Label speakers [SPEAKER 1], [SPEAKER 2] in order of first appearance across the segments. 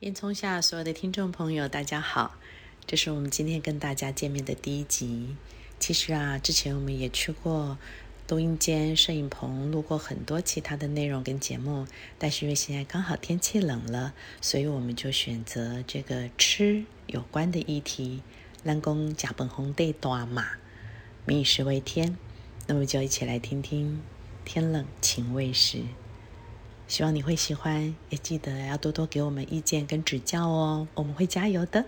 [SPEAKER 1] 烟囱下所有的听众朋友，大家好，这是我们今天跟大家见面的第一集。其实啊，之前我们也去过录音间、摄影棚，录过很多其他的内容跟节目，但是因为现在刚好天气冷了，所以我们就选择这个吃有关的议题。咱讲食饭皇帝大嘛，民以食为天，那么就一起来听听“天冷请喂食”。希望你会喜欢，也记得要多多给我们意见跟指教哦，我们会加油的。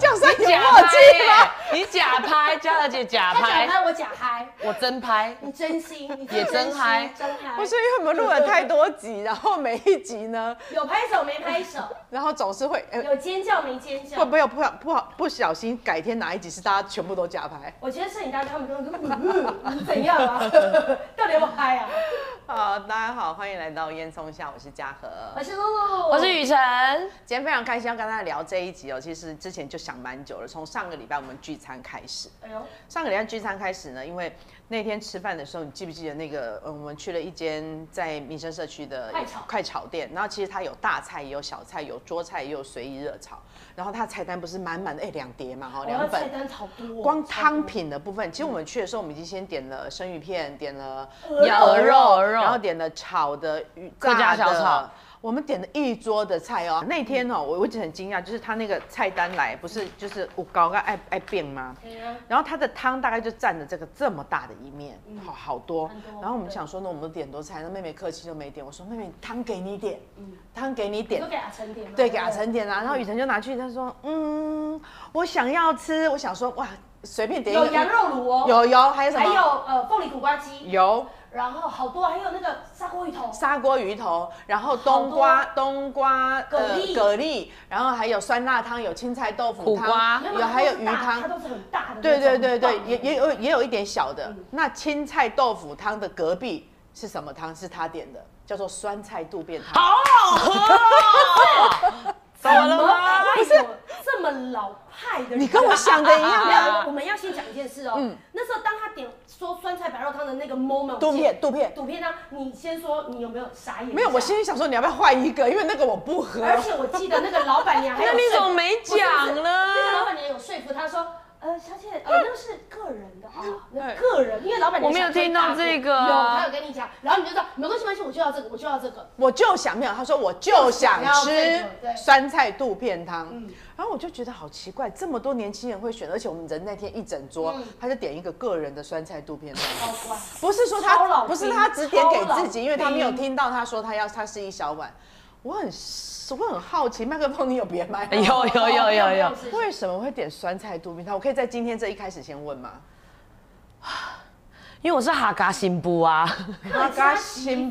[SPEAKER 2] 这样算有默契吗？
[SPEAKER 3] 你假拍，嘉乐姐假
[SPEAKER 4] 他假
[SPEAKER 3] 拍，
[SPEAKER 4] 拍我假嗨，
[SPEAKER 3] 我真拍。
[SPEAKER 4] 你真心，你
[SPEAKER 3] 也真
[SPEAKER 4] 心
[SPEAKER 3] 嗨
[SPEAKER 4] 真嗨。
[SPEAKER 2] 不是因为我们录了太多集，然后每一集呢，
[SPEAKER 4] 有拍手没拍手，
[SPEAKER 2] 然后总是会，呃、
[SPEAKER 4] 有尖叫没尖
[SPEAKER 2] 会
[SPEAKER 4] 叫
[SPEAKER 2] 不。会有不好不好不小心改天哪一集是大家全部都假拍
[SPEAKER 4] 我觉得摄影大哥他们都说，嗯嗯，你怎样啊？ 到底有没有嗨啊？
[SPEAKER 2] 好，大家好，欢迎来到烟囱下，我是嘉禾。
[SPEAKER 4] 我是露露，
[SPEAKER 3] 我是雨辰，哎
[SPEAKER 2] 今天非常开心要跟大家聊这一集哦，其实之前就想蛮久了，从上个礼拜我们聚餐开始。
[SPEAKER 4] 哎呦，
[SPEAKER 2] 上个礼拜聚餐开始呢，因为那天吃饭的时候，你记不记得那个，呃，我们去了一间在民生社区的
[SPEAKER 4] 快炒
[SPEAKER 2] 快炒店，然后其实它有大菜，也有小菜，有桌菜，也有随意热炒，然后它菜单不是满满的，哎、两碟嘛，哈，
[SPEAKER 4] 我要
[SPEAKER 2] 两
[SPEAKER 4] 菜
[SPEAKER 2] 本。
[SPEAKER 4] 单好多哦，
[SPEAKER 2] 光
[SPEAKER 4] 超多
[SPEAKER 2] 汤。品的部分，其实我们去的时候，我们已经先点了生鱼片，点了
[SPEAKER 4] 鹅肉
[SPEAKER 2] 鹅肉，
[SPEAKER 3] 鹅肉
[SPEAKER 2] 然后点了炒的鱼、
[SPEAKER 3] 客家
[SPEAKER 2] 炸的
[SPEAKER 3] 小炒。
[SPEAKER 2] 我们点了一桌的菜哦。那天哦，我我一直很惊讶，就是他那个菜单来，不是就是我搞个爱爱变吗？
[SPEAKER 4] 哎呀
[SPEAKER 2] 然后它的汤大概就占了这个这么大的一面，好好多
[SPEAKER 4] 嗯很多。
[SPEAKER 2] 然后我们想说，那我们点多菜，那妹妹客气就没点。我说妹妹，汤给你点，汤给你
[SPEAKER 4] 嗯你
[SPEAKER 2] 点
[SPEAKER 4] 说，给阿嗯成点吗？
[SPEAKER 2] 对，给阿成点啊。然后雨辰就拿去，他说，嗯，我想要吃，我想说，哇，随便点一
[SPEAKER 4] 有
[SPEAKER 2] 个
[SPEAKER 4] 羊，肉卤哦，
[SPEAKER 2] 有有，还有什
[SPEAKER 4] 还有
[SPEAKER 2] 么？
[SPEAKER 4] 呃凤梨苦瓜鸡，
[SPEAKER 2] 有
[SPEAKER 4] 然后好多，还有那个砂锅鱼头，
[SPEAKER 2] 砂锅鱼头，然后冬瓜
[SPEAKER 4] 好、
[SPEAKER 2] 冬瓜、呃
[SPEAKER 4] 蛤蜊
[SPEAKER 2] 蛤蜊，然然后还有酸辣汤，有青菜豆腐
[SPEAKER 3] 苦瓜
[SPEAKER 2] 汤，
[SPEAKER 4] 没
[SPEAKER 2] 有还有鱼
[SPEAKER 4] 它
[SPEAKER 2] 汤
[SPEAKER 4] 都是大它。都是很大的那种，
[SPEAKER 2] 对对对对，
[SPEAKER 4] 棒嗯
[SPEAKER 2] 也也有也有一点小的。那青菜豆腐汤的隔壁是什么汤？是他点的，叫做酸菜肚变汤。
[SPEAKER 3] 好好喝哦！怎么了吗？
[SPEAKER 4] 不是这么老派的人啊，
[SPEAKER 2] 你跟我想的一样
[SPEAKER 4] 没
[SPEAKER 2] 啊！
[SPEAKER 4] 有，我们要先讲一件事哦。那时候当他点说酸菜白肉汤的那个 moment，
[SPEAKER 2] 肚片肚片，
[SPEAKER 4] 肚片汤，你先说你有没有傻眼？
[SPEAKER 2] 没有，我。心里想说你要不要换一个，因为那个我不喝。
[SPEAKER 4] 而且我记得那个老板娘还有
[SPEAKER 3] 那
[SPEAKER 4] 说，
[SPEAKER 3] 你怎么没讲
[SPEAKER 4] 那个老
[SPEAKER 3] 呢？
[SPEAKER 4] 板娘有说服他说。呃，小姐，呃，那个是个人的啊，那个人，因为老板娘
[SPEAKER 3] 我没有
[SPEAKER 4] 想说
[SPEAKER 3] 听到
[SPEAKER 4] 大锅
[SPEAKER 3] 这个
[SPEAKER 4] 有，
[SPEAKER 3] 啊
[SPEAKER 4] 他有跟你讲，然后你就说没关系，没关系，我就要这个，我就要这个，
[SPEAKER 2] 我就想没有，他说我就想
[SPEAKER 4] 就想要
[SPEAKER 2] 吃
[SPEAKER 4] 这个对
[SPEAKER 2] 酸菜肚片汤
[SPEAKER 4] 嗯，
[SPEAKER 2] 然后我就觉得好奇怪，这么多年轻人会选，而且我们人那天一整桌
[SPEAKER 4] 嗯，
[SPEAKER 2] 他就点一个个人的酸菜肚片汤。
[SPEAKER 4] 超乖。
[SPEAKER 2] 不是说
[SPEAKER 4] 超
[SPEAKER 2] 他
[SPEAKER 4] 老
[SPEAKER 2] 不是
[SPEAKER 4] 兵
[SPEAKER 2] 他只点给
[SPEAKER 4] 超老
[SPEAKER 2] 自己，因为他没有
[SPEAKER 4] 兵
[SPEAKER 2] 听到他说他要他是一小碗。我很我很好奇，麦克风你有别麦吗？
[SPEAKER 3] 有哎有有有有，
[SPEAKER 2] 为什么会点酸菜肚皮汤？我可以在今天这一开始先问吗？
[SPEAKER 3] 因为我是哈嘎新布啊。
[SPEAKER 4] 客家媳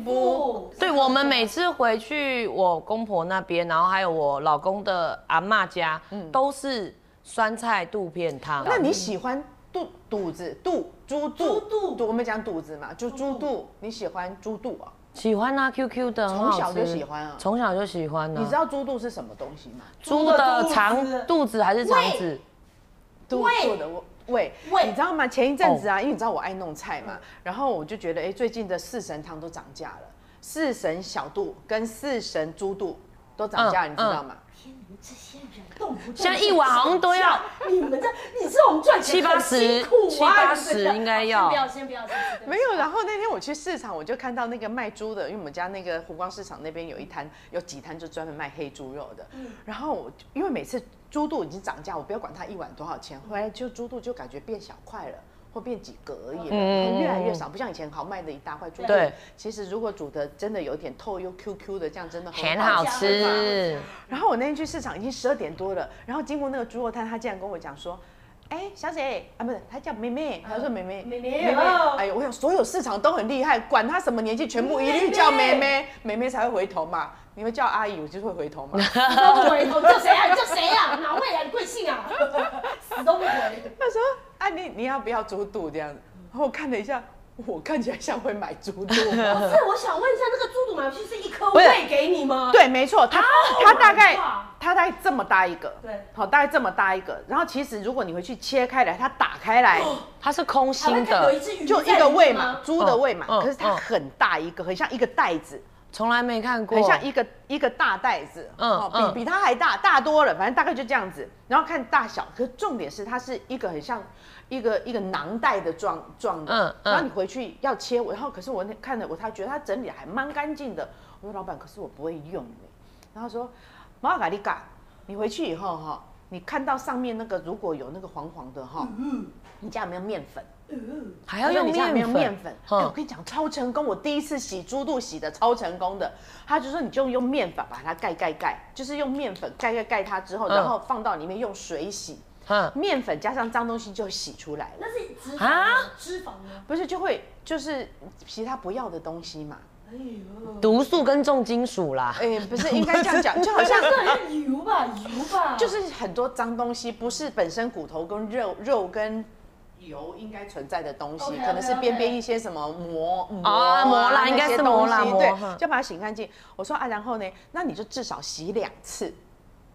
[SPEAKER 4] 妇，
[SPEAKER 3] 对，我们每次回去我公婆那边，然后还有我老公的阿嬷家，都是酸菜肚片汤。
[SPEAKER 2] 那你喜欢肚肚子肚猪肚
[SPEAKER 4] 猪肚哦
[SPEAKER 2] 我们讲肚子嘛，就猪肚。你喜欢猪肚啊？
[SPEAKER 3] 喜欢啊，QQ 的，很好
[SPEAKER 2] 从
[SPEAKER 3] 吃
[SPEAKER 2] 小就喜欢啊
[SPEAKER 3] 从小就喜欢啊。
[SPEAKER 2] 你知道猪肚是什么东西吗？
[SPEAKER 3] 猪的肠肚子还是肠子？
[SPEAKER 2] 肚
[SPEAKER 4] 胃
[SPEAKER 2] 肚的胃。胃，
[SPEAKER 4] 胃
[SPEAKER 2] 你知道吗？前一阵子啊，因为你知道我爱弄菜嘛，然后我就觉得，哎、最近的四神汤都涨价了，四神小肚跟四神猪肚都涨价，
[SPEAKER 3] 嗯
[SPEAKER 2] 你知道吗？
[SPEAKER 4] 天，你们这些人动不动
[SPEAKER 3] 现在一碗好像都要
[SPEAKER 4] 你们这，你知道我们赚钱
[SPEAKER 3] 七八
[SPEAKER 4] 很
[SPEAKER 3] 十
[SPEAKER 4] 辛苦啊
[SPEAKER 3] 七八
[SPEAKER 4] 你们这
[SPEAKER 3] 十应该要
[SPEAKER 4] 先不要，先不要，先不要
[SPEAKER 2] 没有，然后那天我去市场，我就看到那个卖猪的，因为我们家那个湖光市场那边有一摊，有几摊就专门卖黑猪肉的。
[SPEAKER 3] 嗯
[SPEAKER 2] 然后我就因为每次猪肚已经涨价，我不要管它一碗多少钱，回来就猪肚就感觉变小块了。或变几格而已了，
[SPEAKER 3] 嗯
[SPEAKER 2] 越来越少，不像以前好卖的一大块猪肚。
[SPEAKER 3] 对，
[SPEAKER 2] 其实如果煮的真的有点透又 QQ 的，这样真的
[SPEAKER 3] 很
[SPEAKER 2] 好
[SPEAKER 3] 好吃。
[SPEAKER 2] 然后我那天去市场已经十二点多了，然后经过那个猪肉摊，他竟然跟我讲说：“哎、小姐啊，不是，他叫妹妹，他说妹妹，
[SPEAKER 4] 妹妹哦
[SPEAKER 2] 哎呦，我想所有市场都很厉害，管他什么年纪，全部一律叫妹
[SPEAKER 4] 妹
[SPEAKER 2] 妹，妹妹才会回头嘛。你会叫阿姨，我就会回头嘛。
[SPEAKER 4] 死都不回头，你叫谁啊？你叫谁啊？哪位啊？你贵姓啊？死都不回。
[SPEAKER 2] 他说：啊，你你要不要猪肚这样子？然后我看了一下，我看起来像会买猪肚 吗？
[SPEAKER 4] 不是，我想问一下，那个猪肚麻须是一颗
[SPEAKER 2] 不是
[SPEAKER 4] 胃给你吗？，
[SPEAKER 2] 对，没错，他他大概
[SPEAKER 4] 哇
[SPEAKER 2] 它大概这么大一个，
[SPEAKER 4] 对
[SPEAKER 2] 好，大概这么大一个。然后其实如果你回去切开来，它打开 来
[SPEAKER 3] 它是空
[SPEAKER 4] 台湾
[SPEAKER 3] 心
[SPEAKER 4] 看有
[SPEAKER 3] 的
[SPEAKER 4] 一，只鱼
[SPEAKER 2] 就一
[SPEAKER 4] 在
[SPEAKER 2] 个
[SPEAKER 4] 里面
[SPEAKER 2] 胃
[SPEAKER 4] 吗
[SPEAKER 2] 嘛，猪的胃嘛，
[SPEAKER 3] 嗯嗯
[SPEAKER 2] 可是它很大一个，很像一个袋子，
[SPEAKER 3] 从来没看过
[SPEAKER 2] 很。像一个一个大袋子，
[SPEAKER 3] 嗯
[SPEAKER 2] 哦
[SPEAKER 3] 嗯
[SPEAKER 2] 比比它还大，大多了，反正大概就这样子。然后看大小，可是重点是它是一个很像一个一个囊袋的状状的，
[SPEAKER 3] 嗯嗯
[SPEAKER 2] 然后你回去要切我，然后可是我那看了我，他觉得他整理得还蛮干净的。我说老板，可是我不会用欸然后说玛卡丽嘎，你回去以后哈、你看到上面那个如果有那个黄黄的哈、
[SPEAKER 4] 嗯
[SPEAKER 2] 你家有没有面粉？
[SPEAKER 4] 呃
[SPEAKER 3] 还要
[SPEAKER 2] 他
[SPEAKER 3] 用
[SPEAKER 2] 说你家有没有
[SPEAKER 3] 面
[SPEAKER 2] 面
[SPEAKER 3] 粉，
[SPEAKER 2] 粉。
[SPEAKER 3] 嗯
[SPEAKER 2] 哎我跟你讲，超成功！我第一次洗猪肚洗的超成功的。他就说你就用面粉把它盖盖盖，就是用面粉盖盖盖它之后，
[SPEAKER 3] 嗯
[SPEAKER 2] 然后放到里面用水洗，
[SPEAKER 3] 嗯，
[SPEAKER 2] 面粉加上脏东西就洗出来了，
[SPEAKER 4] 那是脂肪
[SPEAKER 3] 啊
[SPEAKER 4] 吗脂肪吗？
[SPEAKER 2] 不是就会就是其他不要的东西嘛？
[SPEAKER 4] 哎呦，
[SPEAKER 3] 毒素跟重金属啦，
[SPEAKER 2] 哎，不是应该这样讲，就好像
[SPEAKER 4] 像个油吧，油吧，
[SPEAKER 2] 就是很多脏东西，不是本身骨头跟肉肉跟。油应该存在的东西
[SPEAKER 4] OK，OK，OK
[SPEAKER 2] 可能是边边一些什么磨磨
[SPEAKER 3] 啊磨啦
[SPEAKER 2] 那些
[SPEAKER 3] 应该是磨啦
[SPEAKER 2] 东西
[SPEAKER 3] 磨
[SPEAKER 2] 对，
[SPEAKER 3] 哼
[SPEAKER 2] 就把它洗干净。我说啊，然后呢，那你就至少洗两次，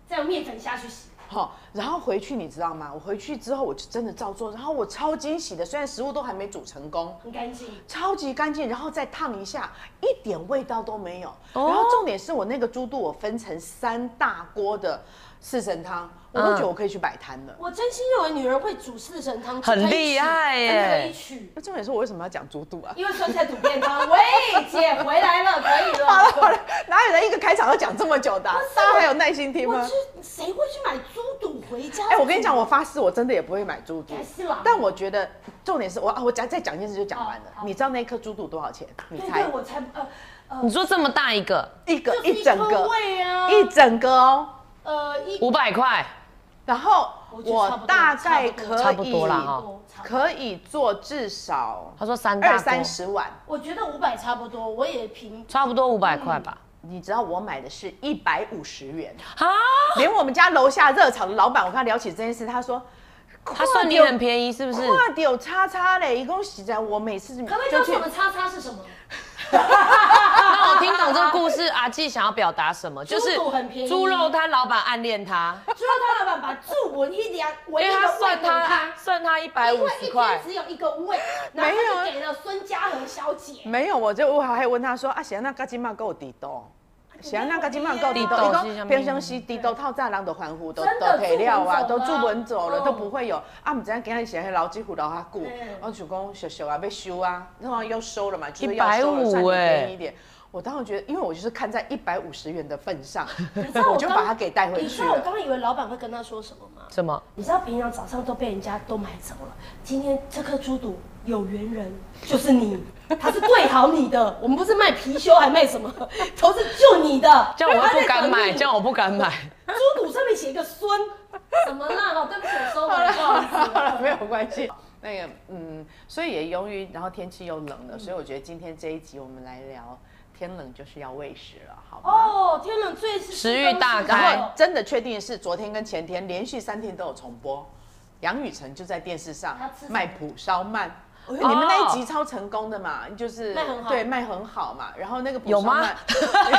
[SPEAKER 4] 再用面粉下去洗。
[SPEAKER 2] 好、然后回去你知道吗？我回去之后我就真的照做，然后我超惊喜的，虽然食物都还没煮成功，
[SPEAKER 4] 很干净，
[SPEAKER 2] 超级干净，然后再烫一下，一点味道都没有。
[SPEAKER 3] 哦
[SPEAKER 2] 然后重点是我那个猪肚，我分成三大锅的四神汤，我都觉得我可以去摆摊了。
[SPEAKER 4] 我真心认为女人会煮四神汤
[SPEAKER 3] 很厉害耶
[SPEAKER 4] 可以取，
[SPEAKER 2] 那重点是我为什么要讲猪肚啊？
[SPEAKER 4] 因为酸菜煮便当。喂，姐回来了，可以了。
[SPEAKER 2] 好了好了，哪有人一个开场要讲这么久的啊、
[SPEAKER 4] 不是
[SPEAKER 2] 大家还有耐心听
[SPEAKER 4] 我
[SPEAKER 2] 吗？
[SPEAKER 4] 去，谁会去买猪肚回家？
[SPEAKER 2] 哎、我跟你讲，我发誓，我真的也不会买猪肚
[SPEAKER 4] 还。哎是啦。
[SPEAKER 2] 但我觉得重点是我啊，我讲再讲一件事就讲完了
[SPEAKER 4] 好。好
[SPEAKER 2] 你知道那一颗猪肚多少钱？你
[SPEAKER 4] 对
[SPEAKER 2] 猜
[SPEAKER 4] 对，我才不呃
[SPEAKER 3] 你
[SPEAKER 4] 呃，
[SPEAKER 3] 说这么大一个
[SPEAKER 2] 一个
[SPEAKER 4] 就是
[SPEAKER 2] 一整
[SPEAKER 4] 颗
[SPEAKER 2] 个
[SPEAKER 4] 胃啊，
[SPEAKER 2] 一整个哦。
[SPEAKER 4] 呃一
[SPEAKER 3] 五百块，
[SPEAKER 2] 然后
[SPEAKER 4] 我觉得差不
[SPEAKER 2] 我
[SPEAKER 4] 多
[SPEAKER 2] 大概
[SPEAKER 4] 差不多
[SPEAKER 2] 可
[SPEAKER 3] 差不多
[SPEAKER 2] 以
[SPEAKER 3] 啦哈
[SPEAKER 4] 哦差不多
[SPEAKER 2] 可以做至少
[SPEAKER 3] 他说三大
[SPEAKER 2] 二
[SPEAKER 3] 锅
[SPEAKER 2] 三，十碗。
[SPEAKER 4] 我觉得五百差不多，我也平
[SPEAKER 3] 差不多五百块吧。
[SPEAKER 2] 你知道我买的是一百五十元，
[SPEAKER 3] 啊，
[SPEAKER 2] 连我们家楼下热炒的老板，我跟他聊起这件事，他说，
[SPEAKER 3] 他算你很便宜是不是？
[SPEAKER 2] 跨掉叉叉嘞，一共洗在我每次
[SPEAKER 4] 可不可以
[SPEAKER 2] 就
[SPEAKER 4] 告诉
[SPEAKER 2] 去
[SPEAKER 4] 我们叉叉是什么？
[SPEAKER 3] 那我听懂这个故事，阿纪想要表达什么？就是
[SPEAKER 4] 猪肚很便宜
[SPEAKER 3] 猪肉摊老板暗恋他，
[SPEAKER 4] 猪肉汤老板把猪文一两，我
[SPEAKER 3] 因为
[SPEAKER 4] 一
[SPEAKER 3] 他
[SPEAKER 4] 个胃
[SPEAKER 3] 算
[SPEAKER 4] 给
[SPEAKER 3] 他
[SPEAKER 4] 他，
[SPEAKER 3] 算他一百
[SPEAKER 4] 因
[SPEAKER 3] 五
[SPEAKER 4] 为
[SPEAKER 2] 哎
[SPEAKER 4] 一
[SPEAKER 3] 十块
[SPEAKER 4] 天。只有一个胃，然后他就给了孙嘉和小姐。
[SPEAKER 2] 没有，我就我还问他说啊，谁那嘎金嘛够地
[SPEAKER 4] 啊
[SPEAKER 2] 多？谁那嘎金嘛够地
[SPEAKER 3] 地道
[SPEAKER 2] 多？
[SPEAKER 3] 是什
[SPEAKER 2] 伊
[SPEAKER 3] 么
[SPEAKER 2] 讲平常时地多套炸人都欢呼，都
[SPEAKER 4] 真的
[SPEAKER 2] 都配料啊，
[SPEAKER 4] 住
[SPEAKER 2] 都煮
[SPEAKER 4] 文走了
[SPEAKER 2] 稳走了，
[SPEAKER 4] 嗯
[SPEAKER 2] 都不会有啊。唔知影今日是迄老几户老哈久
[SPEAKER 4] 嗯，
[SPEAKER 2] 我想讲小小啊，要修啊，那么要收了嘛，就是要
[SPEAKER 3] 150
[SPEAKER 2] 收了，算你便
[SPEAKER 3] 欸
[SPEAKER 2] 宜一点。我当然觉得，因为我就是看在一百五十元的份上，
[SPEAKER 4] 你知道
[SPEAKER 2] 我就
[SPEAKER 4] 刚
[SPEAKER 2] 把它给带回
[SPEAKER 4] 你
[SPEAKER 2] 去
[SPEAKER 4] 知道我
[SPEAKER 2] 了。
[SPEAKER 4] 刚以为老板会跟他说什么吗？
[SPEAKER 3] 什么？
[SPEAKER 4] 你知道平常早上都被人家都买走了，今天这颗猪肚有缘人就是你，他是对好你的，我们不是卖貔貅还卖什么，都是救你的。
[SPEAKER 3] 这样我会不敢买，
[SPEAKER 4] 他在等你
[SPEAKER 3] 这样我不敢买。
[SPEAKER 4] 猪肚上面写一个孙，什么啦？哦，对不起，我收回 来，不好意
[SPEAKER 2] 好了，
[SPEAKER 4] 思。
[SPEAKER 2] 没有关系。那个，嗯，所以也由于，然后天气又冷了，所以我觉得今天这一集我们来聊天冷就是要喂食了，好吗？
[SPEAKER 4] 哦，天冷最是
[SPEAKER 3] 食欲大开
[SPEAKER 2] 然后真的确定的是，昨天跟前天连续三天都有重播，杨雨辰就在电视上
[SPEAKER 4] 他吃什么
[SPEAKER 2] 卖普烧鳗。哦
[SPEAKER 4] 哎呦
[SPEAKER 2] 你们那一集超成功的嘛，就是
[SPEAKER 4] 卖很好
[SPEAKER 2] 对卖很好嘛，然后那个普
[SPEAKER 3] 有
[SPEAKER 2] 烧
[SPEAKER 3] 吗
[SPEAKER 2] 鳗，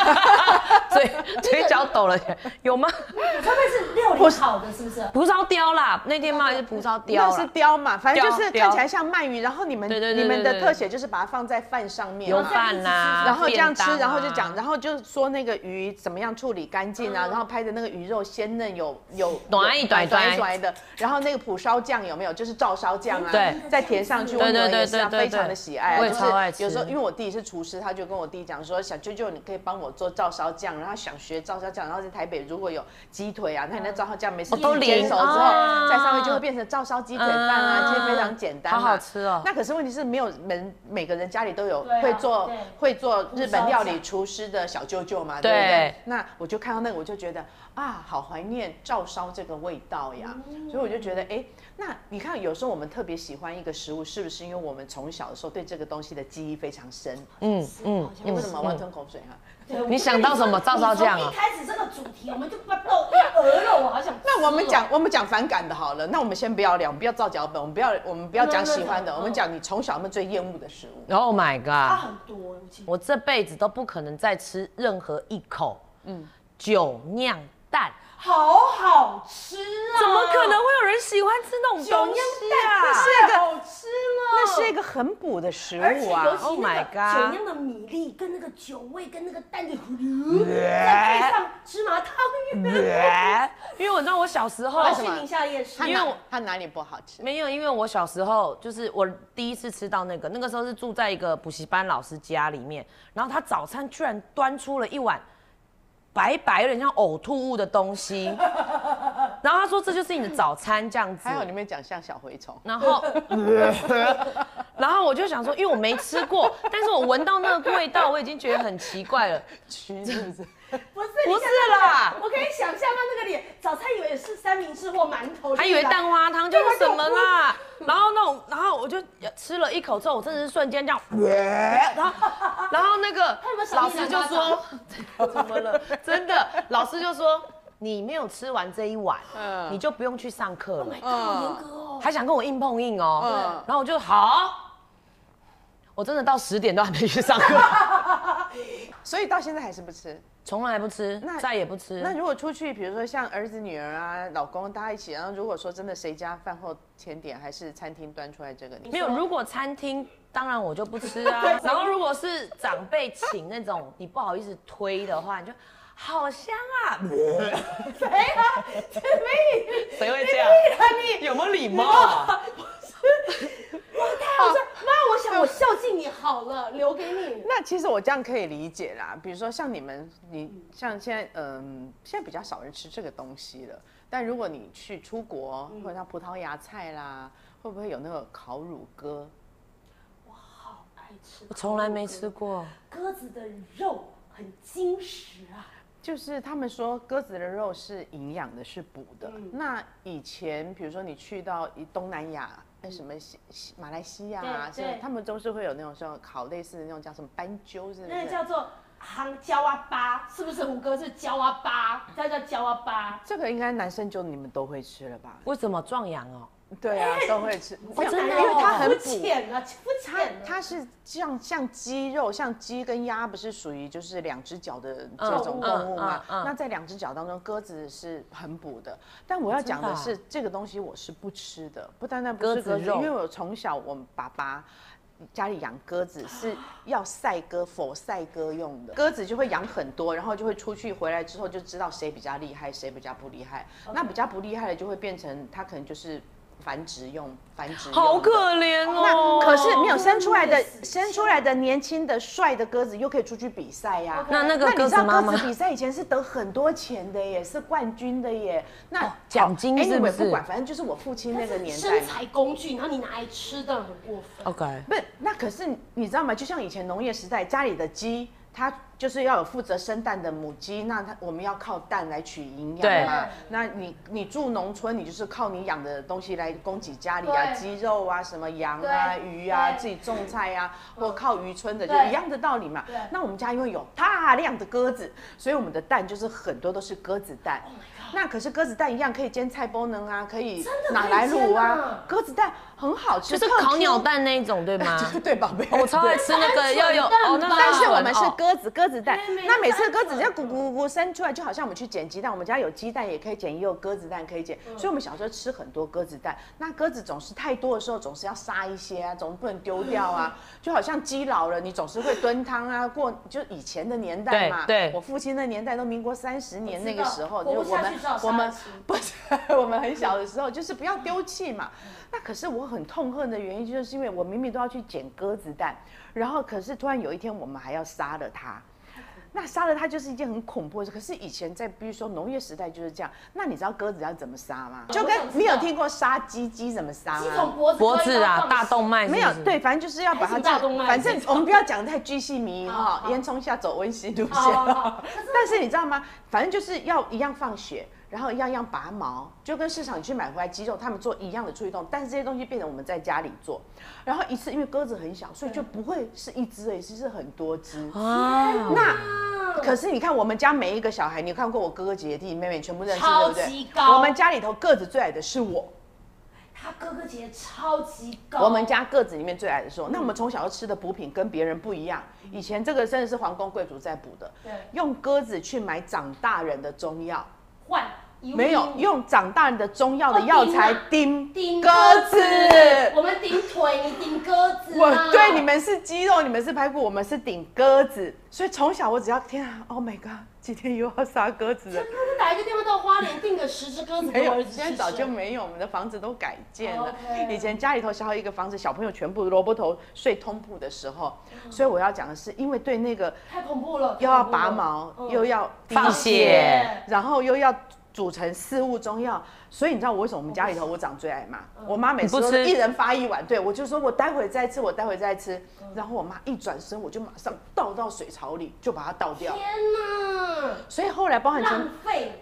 [SPEAKER 3] 嘴嘴角抖了，有吗？
[SPEAKER 4] 他们是料理好的，是不是？
[SPEAKER 3] 蒲烧雕啦，那天卖的是蒲烧雕
[SPEAKER 2] 那是
[SPEAKER 3] 啦，
[SPEAKER 2] 雕嘛，反正
[SPEAKER 3] 雕
[SPEAKER 2] 就是
[SPEAKER 3] 雕
[SPEAKER 2] 看起来像鳗鱼，然后你们
[SPEAKER 3] 对对对
[SPEAKER 2] 你们
[SPEAKER 3] 对
[SPEAKER 2] 的
[SPEAKER 3] 对
[SPEAKER 2] 特写就是把它放在饭上面
[SPEAKER 3] 有
[SPEAKER 2] 嘛，
[SPEAKER 3] 饭啦，
[SPEAKER 2] 然后这样吃
[SPEAKER 3] 便当，
[SPEAKER 2] 然
[SPEAKER 3] 啊
[SPEAKER 2] 后就讲，然后就说那个鱼怎么样处理干净啊，
[SPEAKER 4] 嗯
[SPEAKER 2] 然后拍的那个鱼肉鲜嫩有有哎
[SPEAKER 3] 短一短短
[SPEAKER 2] 短 的，然后那个蒲烧酱有没有就是照烧酱啊，
[SPEAKER 3] 对
[SPEAKER 2] 再填上去，我
[SPEAKER 4] 对
[SPEAKER 2] 女儿
[SPEAKER 3] 对
[SPEAKER 2] 也是啊
[SPEAKER 3] 对对对
[SPEAKER 2] 非常的喜爱啊，
[SPEAKER 3] 我也
[SPEAKER 2] 就是
[SPEAKER 3] 超爱吃
[SPEAKER 2] 有时候因为我弟是厨师，他就跟我弟讲说，小舅舅你可以帮我做照烧酱，然后想学照烧酱，然后在台北如果有鸡腿啊，那你那照烧酱没事
[SPEAKER 3] 哦都淋
[SPEAKER 2] 煎熟之后
[SPEAKER 3] 啊
[SPEAKER 2] 再上面就会变成照烧鸡腿饭啊，
[SPEAKER 3] 嗯
[SPEAKER 2] 其实非常简单嘛，
[SPEAKER 3] 好好吃哦
[SPEAKER 2] 那可是问题是没有人每个人家里都有
[SPEAKER 4] 对啊
[SPEAKER 2] 会做
[SPEAKER 4] 对
[SPEAKER 2] 会做日本料理
[SPEAKER 4] 红烧酱
[SPEAKER 2] 厨师的小舅舅嘛，
[SPEAKER 3] 对
[SPEAKER 2] 对不对？那我就看到那个，我就觉得啊，好怀念照烧这个味道呀。所以我就觉得，哎，那你看，有时候我们特别喜欢一个食物，是不是因为我们从小的时候对这个东西的记忆非常深？
[SPEAKER 3] 嗯嗯
[SPEAKER 2] 你为
[SPEAKER 3] 嗯
[SPEAKER 2] 什么我要吞口水哈、啊
[SPEAKER 4] 对
[SPEAKER 3] 你想到什么照烧酱啊
[SPEAKER 4] 你从一开始这个主题，我们就不豆要鹅肉，我好想吃哦。
[SPEAKER 2] 那我们讲我们讲反感的好了，那我们先不要聊，我们不要照脚本，我们不要我们不要讲喜欢的，
[SPEAKER 4] 嗯
[SPEAKER 2] 我们讲你从小有没有最厌恶的食物。啊
[SPEAKER 3] ，Oh my
[SPEAKER 4] 它
[SPEAKER 3] god，
[SPEAKER 4] 很多，我记得。
[SPEAKER 3] 我这辈子都不可能再吃任何一口嗯酒酿蛋，
[SPEAKER 4] 好好吃啊！
[SPEAKER 3] 怎么可能会有人喜欢吃那种
[SPEAKER 4] 九
[SPEAKER 3] 东
[SPEAKER 4] 酿
[SPEAKER 3] 西
[SPEAKER 4] 蛋
[SPEAKER 3] 啊？
[SPEAKER 4] 太好吃了？
[SPEAKER 2] 那是一个很补的食
[SPEAKER 4] 而且
[SPEAKER 2] 物
[SPEAKER 4] 尤
[SPEAKER 2] 啊。
[SPEAKER 4] 其
[SPEAKER 3] Oh
[SPEAKER 4] 那
[SPEAKER 3] my
[SPEAKER 4] 个
[SPEAKER 3] god
[SPEAKER 4] 酒酿的米粒跟那个酒味跟那个蛋的呼噜，再配上芝麻汤圆。
[SPEAKER 3] 哎因为我知道我小时候
[SPEAKER 4] 我要去宁夏夜市啊
[SPEAKER 2] 它，
[SPEAKER 3] 因为
[SPEAKER 2] 哪
[SPEAKER 3] 我
[SPEAKER 2] 它哪里不好吃？
[SPEAKER 3] 没有，因为我小时候就是我第一次吃到那个，那个时候是住在一个补习班老师家里面，然后他早餐居然端出了一碗白白有点像呕吐物的东西， 然后他说这就是你的早餐这样子
[SPEAKER 2] 还。好你没讲像小蛔虫，
[SPEAKER 3] 然 后，然后我就想说，因为我没吃过，但是我闻到那个味道，我已经觉得很奇怪了。
[SPEAKER 2] 蛆是不是？
[SPEAKER 4] 不是
[SPEAKER 3] 不
[SPEAKER 4] 你
[SPEAKER 3] 是
[SPEAKER 4] 想象得
[SPEAKER 3] 啦
[SPEAKER 4] 到我可以想象他那个脸，早餐以为是三明治或馒头，
[SPEAKER 3] 还以为
[SPEAKER 4] 就是
[SPEAKER 3] 蛋花汤就是
[SPEAKER 4] 啊
[SPEAKER 3] 什么啦。然后那种，然后我就吃了一口之后，我真的是瞬间这样，
[SPEAKER 4] 啊
[SPEAKER 3] 然后然后那个
[SPEAKER 4] 有没有赏
[SPEAKER 3] 老
[SPEAKER 4] 你
[SPEAKER 3] 师就
[SPEAKER 4] 两巴
[SPEAKER 3] 说， 怎么了？真的，老师就说你没有吃完这一碗，你就不用去上课了
[SPEAKER 4] 嗯 Oh。my god，好
[SPEAKER 3] 嗯
[SPEAKER 4] 严格哦。
[SPEAKER 3] 还想跟我硬碰硬哦，
[SPEAKER 2] 嗯
[SPEAKER 3] 然后我就好，我真的到十点都还没去上课，
[SPEAKER 2] 所以到现在还是不吃。
[SPEAKER 3] 从来不吃
[SPEAKER 2] 那，
[SPEAKER 3] 再也不吃。
[SPEAKER 2] 那如果出去，比如说像儿子、女儿啊、老公，大家一起，然后如果说真的谁家饭后甜点还是餐厅端出来这个，你
[SPEAKER 3] 没有，如果餐厅当然我就不吃 啊。然后如果是长辈请那种你不好意思推的话，你就好香啊，
[SPEAKER 4] 哎呀， 陈美宇，
[SPEAKER 3] 谁会这样？
[SPEAKER 4] 你
[SPEAKER 3] 有没有礼貌啊？
[SPEAKER 4] 太好笑。妈，我想我孝敬你好了，留给你。
[SPEAKER 2] 那其实我这样可以理解啦，比如说像你们，你像现在，嗯，现在比较少人吃这个东西了。但如果你去出国，或者像葡萄牙菜啦，会不会有那个烤乳鸽？
[SPEAKER 4] 好爱吃，
[SPEAKER 3] 我从来没吃过，
[SPEAKER 4] 哎鸽子的肉，很精实啊。
[SPEAKER 2] 就是他们说鸽子的肉是营养的，是补的。
[SPEAKER 4] 嗯
[SPEAKER 2] 那以前比如说你去到一东南亚，那什么西西马来西亚啊，
[SPEAKER 4] 嗯对
[SPEAKER 2] 是
[SPEAKER 4] 对
[SPEAKER 2] 他们都是会有那种像烤类似的那种叫什么斑鸠，是不
[SPEAKER 4] 那
[SPEAKER 2] 是？
[SPEAKER 4] 个叫做杭椒啊巴，是不是胡歌是椒啊巴？它叫椒啊巴。
[SPEAKER 2] 这个应该男生就你们都会吃了 吧？
[SPEAKER 3] 为什么壮阳哦？
[SPEAKER 2] 对啊，都会吃，
[SPEAKER 4] 这个
[SPEAKER 3] 真的
[SPEAKER 4] 男
[SPEAKER 3] 哦
[SPEAKER 4] 人
[SPEAKER 2] 因为它很
[SPEAKER 4] 哎肤
[SPEAKER 2] 补。
[SPEAKER 4] 浅啊，肤浅啊。
[SPEAKER 2] 它是像像鸡肉，像鸡跟鸭不是属于就是两只脚的这种
[SPEAKER 4] 嗯
[SPEAKER 2] 动物嘛
[SPEAKER 3] 嗯？嗯嗯
[SPEAKER 2] 那在两只脚当中，鸽子是很补的。但我要讲的
[SPEAKER 3] 真
[SPEAKER 2] 是，这个东西我是不吃的，不单单不吃啊
[SPEAKER 3] 鸽
[SPEAKER 2] 鸽
[SPEAKER 3] 子
[SPEAKER 2] 子，
[SPEAKER 3] 肉
[SPEAKER 2] 因为我从小我们爸爸。家里养鸽子是要赛鸽、否赛鸽用的，鸽子就会养很多，然后就会出去，回来之后就知道谁比较厉害，谁比较不厉害。那比较不厉害的就会变成它可能就是繁殖用，繁殖用的
[SPEAKER 3] 好可怜哦。
[SPEAKER 2] 啊那可是没有生出来的
[SPEAKER 4] 真的是
[SPEAKER 2] 生出来的年轻的帅的鸽子，又可以出去比赛呀、
[SPEAKER 3] 那哦那个
[SPEAKER 2] 那你
[SPEAKER 3] 鸽
[SPEAKER 2] 知
[SPEAKER 3] 子
[SPEAKER 2] 道
[SPEAKER 3] 妈
[SPEAKER 2] 鸽
[SPEAKER 3] 妈
[SPEAKER 2] 子比赛以前是得很多钱的耶，是冠军的耶。那好
[SPEAKER 3] 哦奖金是不
[SPEAKER 2] anyway
[SPEAKER 3] 是
[SPEAKER 2] 不管，反正就是我父亲那个
[SPEAKER 4] 是
[SPEAKER 2] 年代哦
[SPEAKER 4] 身。材工具，然后你拿来吃的很过分。
[SPEAKER 3] ，OK，
[SPEAKER 2] 不是，那可是你知道吗？就像以前农业时代，家里的鸡，它就是要有负责生蛋的母鸡，那它我们要靠蛋来取营养嘛
[SPEAKER 4] 对。
[SPEAKER 2] 那你你住农村，你就是靠你养的东西来供给家里啊，
[SPEAKER 4] 对
[SPEAKER 2] 鸡肉啊，什么羊啊、
[SPEAKER 4] 对
[SPEAKER 2] 鱼啊，
[SPEAKER 4] 对嗯
[SPEAKER 2] 自己种菜啊，或靠渔村的，就
[SPEAKER 4] 对
[SPEAKER 2] 一样的道理嘛
[SPEAKER 4] 对。
[SPEAKER 2] 那我们家因为有大量的鸽子，所以我们的蛋就是很多都是鸽子蛋。那可是鸽子蛋一样可以煎菜包能啊，可以
[SPEAKER 4] Oh 真的
[SPEAKER 2] 拿
[SPEAKER 4] 可以
[SPEAKER 2] 来卤
[SPEAKER 4] 煎
[SPEAKER 2] 啊
[SPEAKER 4] 啊，
[SPEAKER 2] 鸽子蛋很好吃，
[SPEAKER 3] 就是
[SPEAKER 2] 特
[SPEAKER 3] 烤鸟
[SPEAKER 2] Q
[SPEAKER 3] 蛋那一种对 吗？
[SPEAKER 2] 对，宝贝，
[SPEAKER 3] 啊哦我超爱吃那个要有哦， 那个
[SPEAKER 2] 但是我们是
[SPEAKER 3] 哦
[SPEAKER 2] 鸽子，鸽子蛋
[SPEAKER 4] 对每。
[SPEAKER 2] 那每
[SPEAKER 4] 天
[SPEAKER 2] 次
[SPEAKER 4] 都
[SPEAKER 2] 鸽
[SPEAKER 4] 在
[SPEAKER 2] 子
[SPEAKER 4] 做
[SPEAKER 2] 要咕咕咕咕生出来，就好像我们去捡鸡蛋，我们家有鸡蛋也可以捡，也有鸽子蛋可以捡。所以我们小时候吃很多鸽子蛋。那鸽子总是太多的时候，总是要杀一些啊，总不能丢掉啊。就好像鸡老了，你总是会炖汤啊。过就以前的年代嘛，
[SPEAKER 3] 对对
[SPEAKER 2] 我父亲的年代都民国三十年
[SPEAKER 4] 我
[SPEAKER 2] 那
[SPEAKER 4] 知
[SPEAKER 2] 个
[SPEAKER 4] 道
[SPEAKER 2] 时候，就
[SPEAKER 4] 活不
[SPEAKER 2] 我
[SPEAKER 4] 下
[SPEAKER 2] 们
[SPEAKER 4] 去至少
[SPEAKER 2] 我
[SPEAKER 4] 杀嗯
[SPEAKER 2] 们
[SPEAKER 4] 了鸡
[SPEAKER 2] 不是 我们很小的时候，就是不要丢弃嘛。
[SPEAKER 4] 嗯
[SPEAKER 2] 那可是我很痛恨的原因，就是因为我明明都要去捡鸽子蛋，然后可是突然有一天我们还要杀了它。那杀了它就是一件很恐怖的事。可是以前在比如说农业时代就是这样。那你知道鸽子要怎么杀吗？就跟
[SPEAKER 4] 呃我想知道
[SPEAKER 2] 你有听过杀鸡，鸡怎么杀吗？
[SPEAKER 4] 鸡从脖子
[SPEAKER 3] 脖子啊，
[SPEAKER 4] 割一刀放
[SPEAKER 3] 大动脉是不
[SPEAKER 2] 没
[SPEAKER 3] 是
[SPEAKER 2] 有，对，反正就是要把它
[SPEAKER 4] 还是大动脉哦
[SPEAKER 2] 反正我们不要讲得太巨细靡遗
[SPEAKER 4] 好
[SPEAKER 2] 哈，
[SPEAKER 4] 好
[SPEAKER 2] 烟囱下走温馨路线
[SPEAKER 4] 好好好。
[SPEAKER 2] 但是你知道吗？反正就是要一样放血，然后一样样拔毛，就跟市场你去买回来鸡肉，他们做一样的处理动作，但是这些东西变成我们在家里做，然后一次因为鸽子很小，所以就不会是一只而已，是很多只。
[SPEAKER 4] 哦
[SPEAKER 3] 啊，
[SPEAKER 2] 那
[SPEAKER 4] 啊
[SPEAKER 2] 可是你看，我们家每一个小孩，你看过我哥哥、姐姐、弟弟、妹妹，全部认识，对
[SPEAKER 4] 超
[SPEAKER 2] 不对
[SPEAKER 4] 级？高
[SPEAKER 2] 我们家里头个子最矮的是我。
[SPEAKER 4] 他哥哥姐姐超级高，
[SPEAKER 2] 我们家个子里面最矮的时候，
[SPEAKER 4] 嗯
[SPEAKER 2] 那我们从小就吃的补品跟别人不一样。以前这个真的是皇宫贵族在补的
[SPEAKER 4] 对，
[SPEAKER 2] 用鸽子去买长大人的中药。
[SPEAKER 4] 万一
[SPEAKER 2] 没有用长大人的中药的
[SPEAKER 4] 哦
[SPEAKER 2] 药
[SPEAKER 4] 叮
[SPEAKER 2] 材
[SPEAKER 4] 啊
[SPEAKER 2] 叮
[SPEAKER 4] 顶
[SPEAKER 2] 鸽子。
[SPEAKER 4] 我们顶腿，你顶鸽子
[SPEAKER 2] 我
[SPEAKER 4] 啊
[SPEAKER 2] 对你们是肌肉，你们是排骨，我们是顶鸽子，所以从小我只要天啊，Oh my god，今天又要杀鸽子了
[SPEAKER 4] 真。的，他打一个电话到花莲订个十只鸽子
[SPEAKER 2] 没
[SPEAKER 4] 给我
[SPEAKER 2] 有，
[SPEAKER 4] 儿子吃
[SPEAKER 2] 现在早就没有，我们的房子都改建了。
[SPEAKER 4] 哦 OK
[SPEAKER 2] 以前家里头小小一个房子，小朋友全部萝卜头睡通铺的时候，
[SPEAKER 4] 嗯
[SPEAKER 2] 所以我要讲的是，因为对那个
[SPEAKER 4] 太恐怖了，嗯
[SPEAKER 2] 又要拔毛，又
[SPEAKER 4] 要
[SPEAKER 2] 要
[SPEAKER 3] 放血
[SPEAKER 2] 然后又要煮成四物中药，所以你知道我为什么我们家里头我长最爱嘛？
[SPEAKER 4] 嗯
[SPEAKER 2] 我妈每次
[SPEAKER 3] 你
[SPEAKER 2] 都
[SPEAKER 3] 不
[SPEAKER 2] 是
[SPEAKER 3] 吃
[SPEAKER 2] 一人发一碗，对我就说我待会再吃，我待会再吃。
[SPEAKER 4] 嗯
[SPEAKER 2] 然后我妈一转身，我就马上倒到水槽里，就把它倒掉。
[SPEAKER 4] 天哪，
[SPEAKER 2] 所以后来包含成
[SPEAKER 4] 浪，费，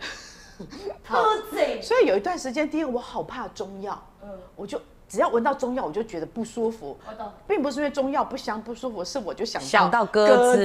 [SPEAKER 4] 偷嘴，
[SPEAKER 2] 所以有一段时间，第一个我好怕中药，
[SPEAKER 4] 嗯，
[SPEAKER 2] 我就只要闻到中药我就觉得不舒服。
[SPEAKER 4] 我懂。
[SPEAKER 2] 并不是因为中药不香不舒服，是我就想
[SPEAKER 3] 想到鸽子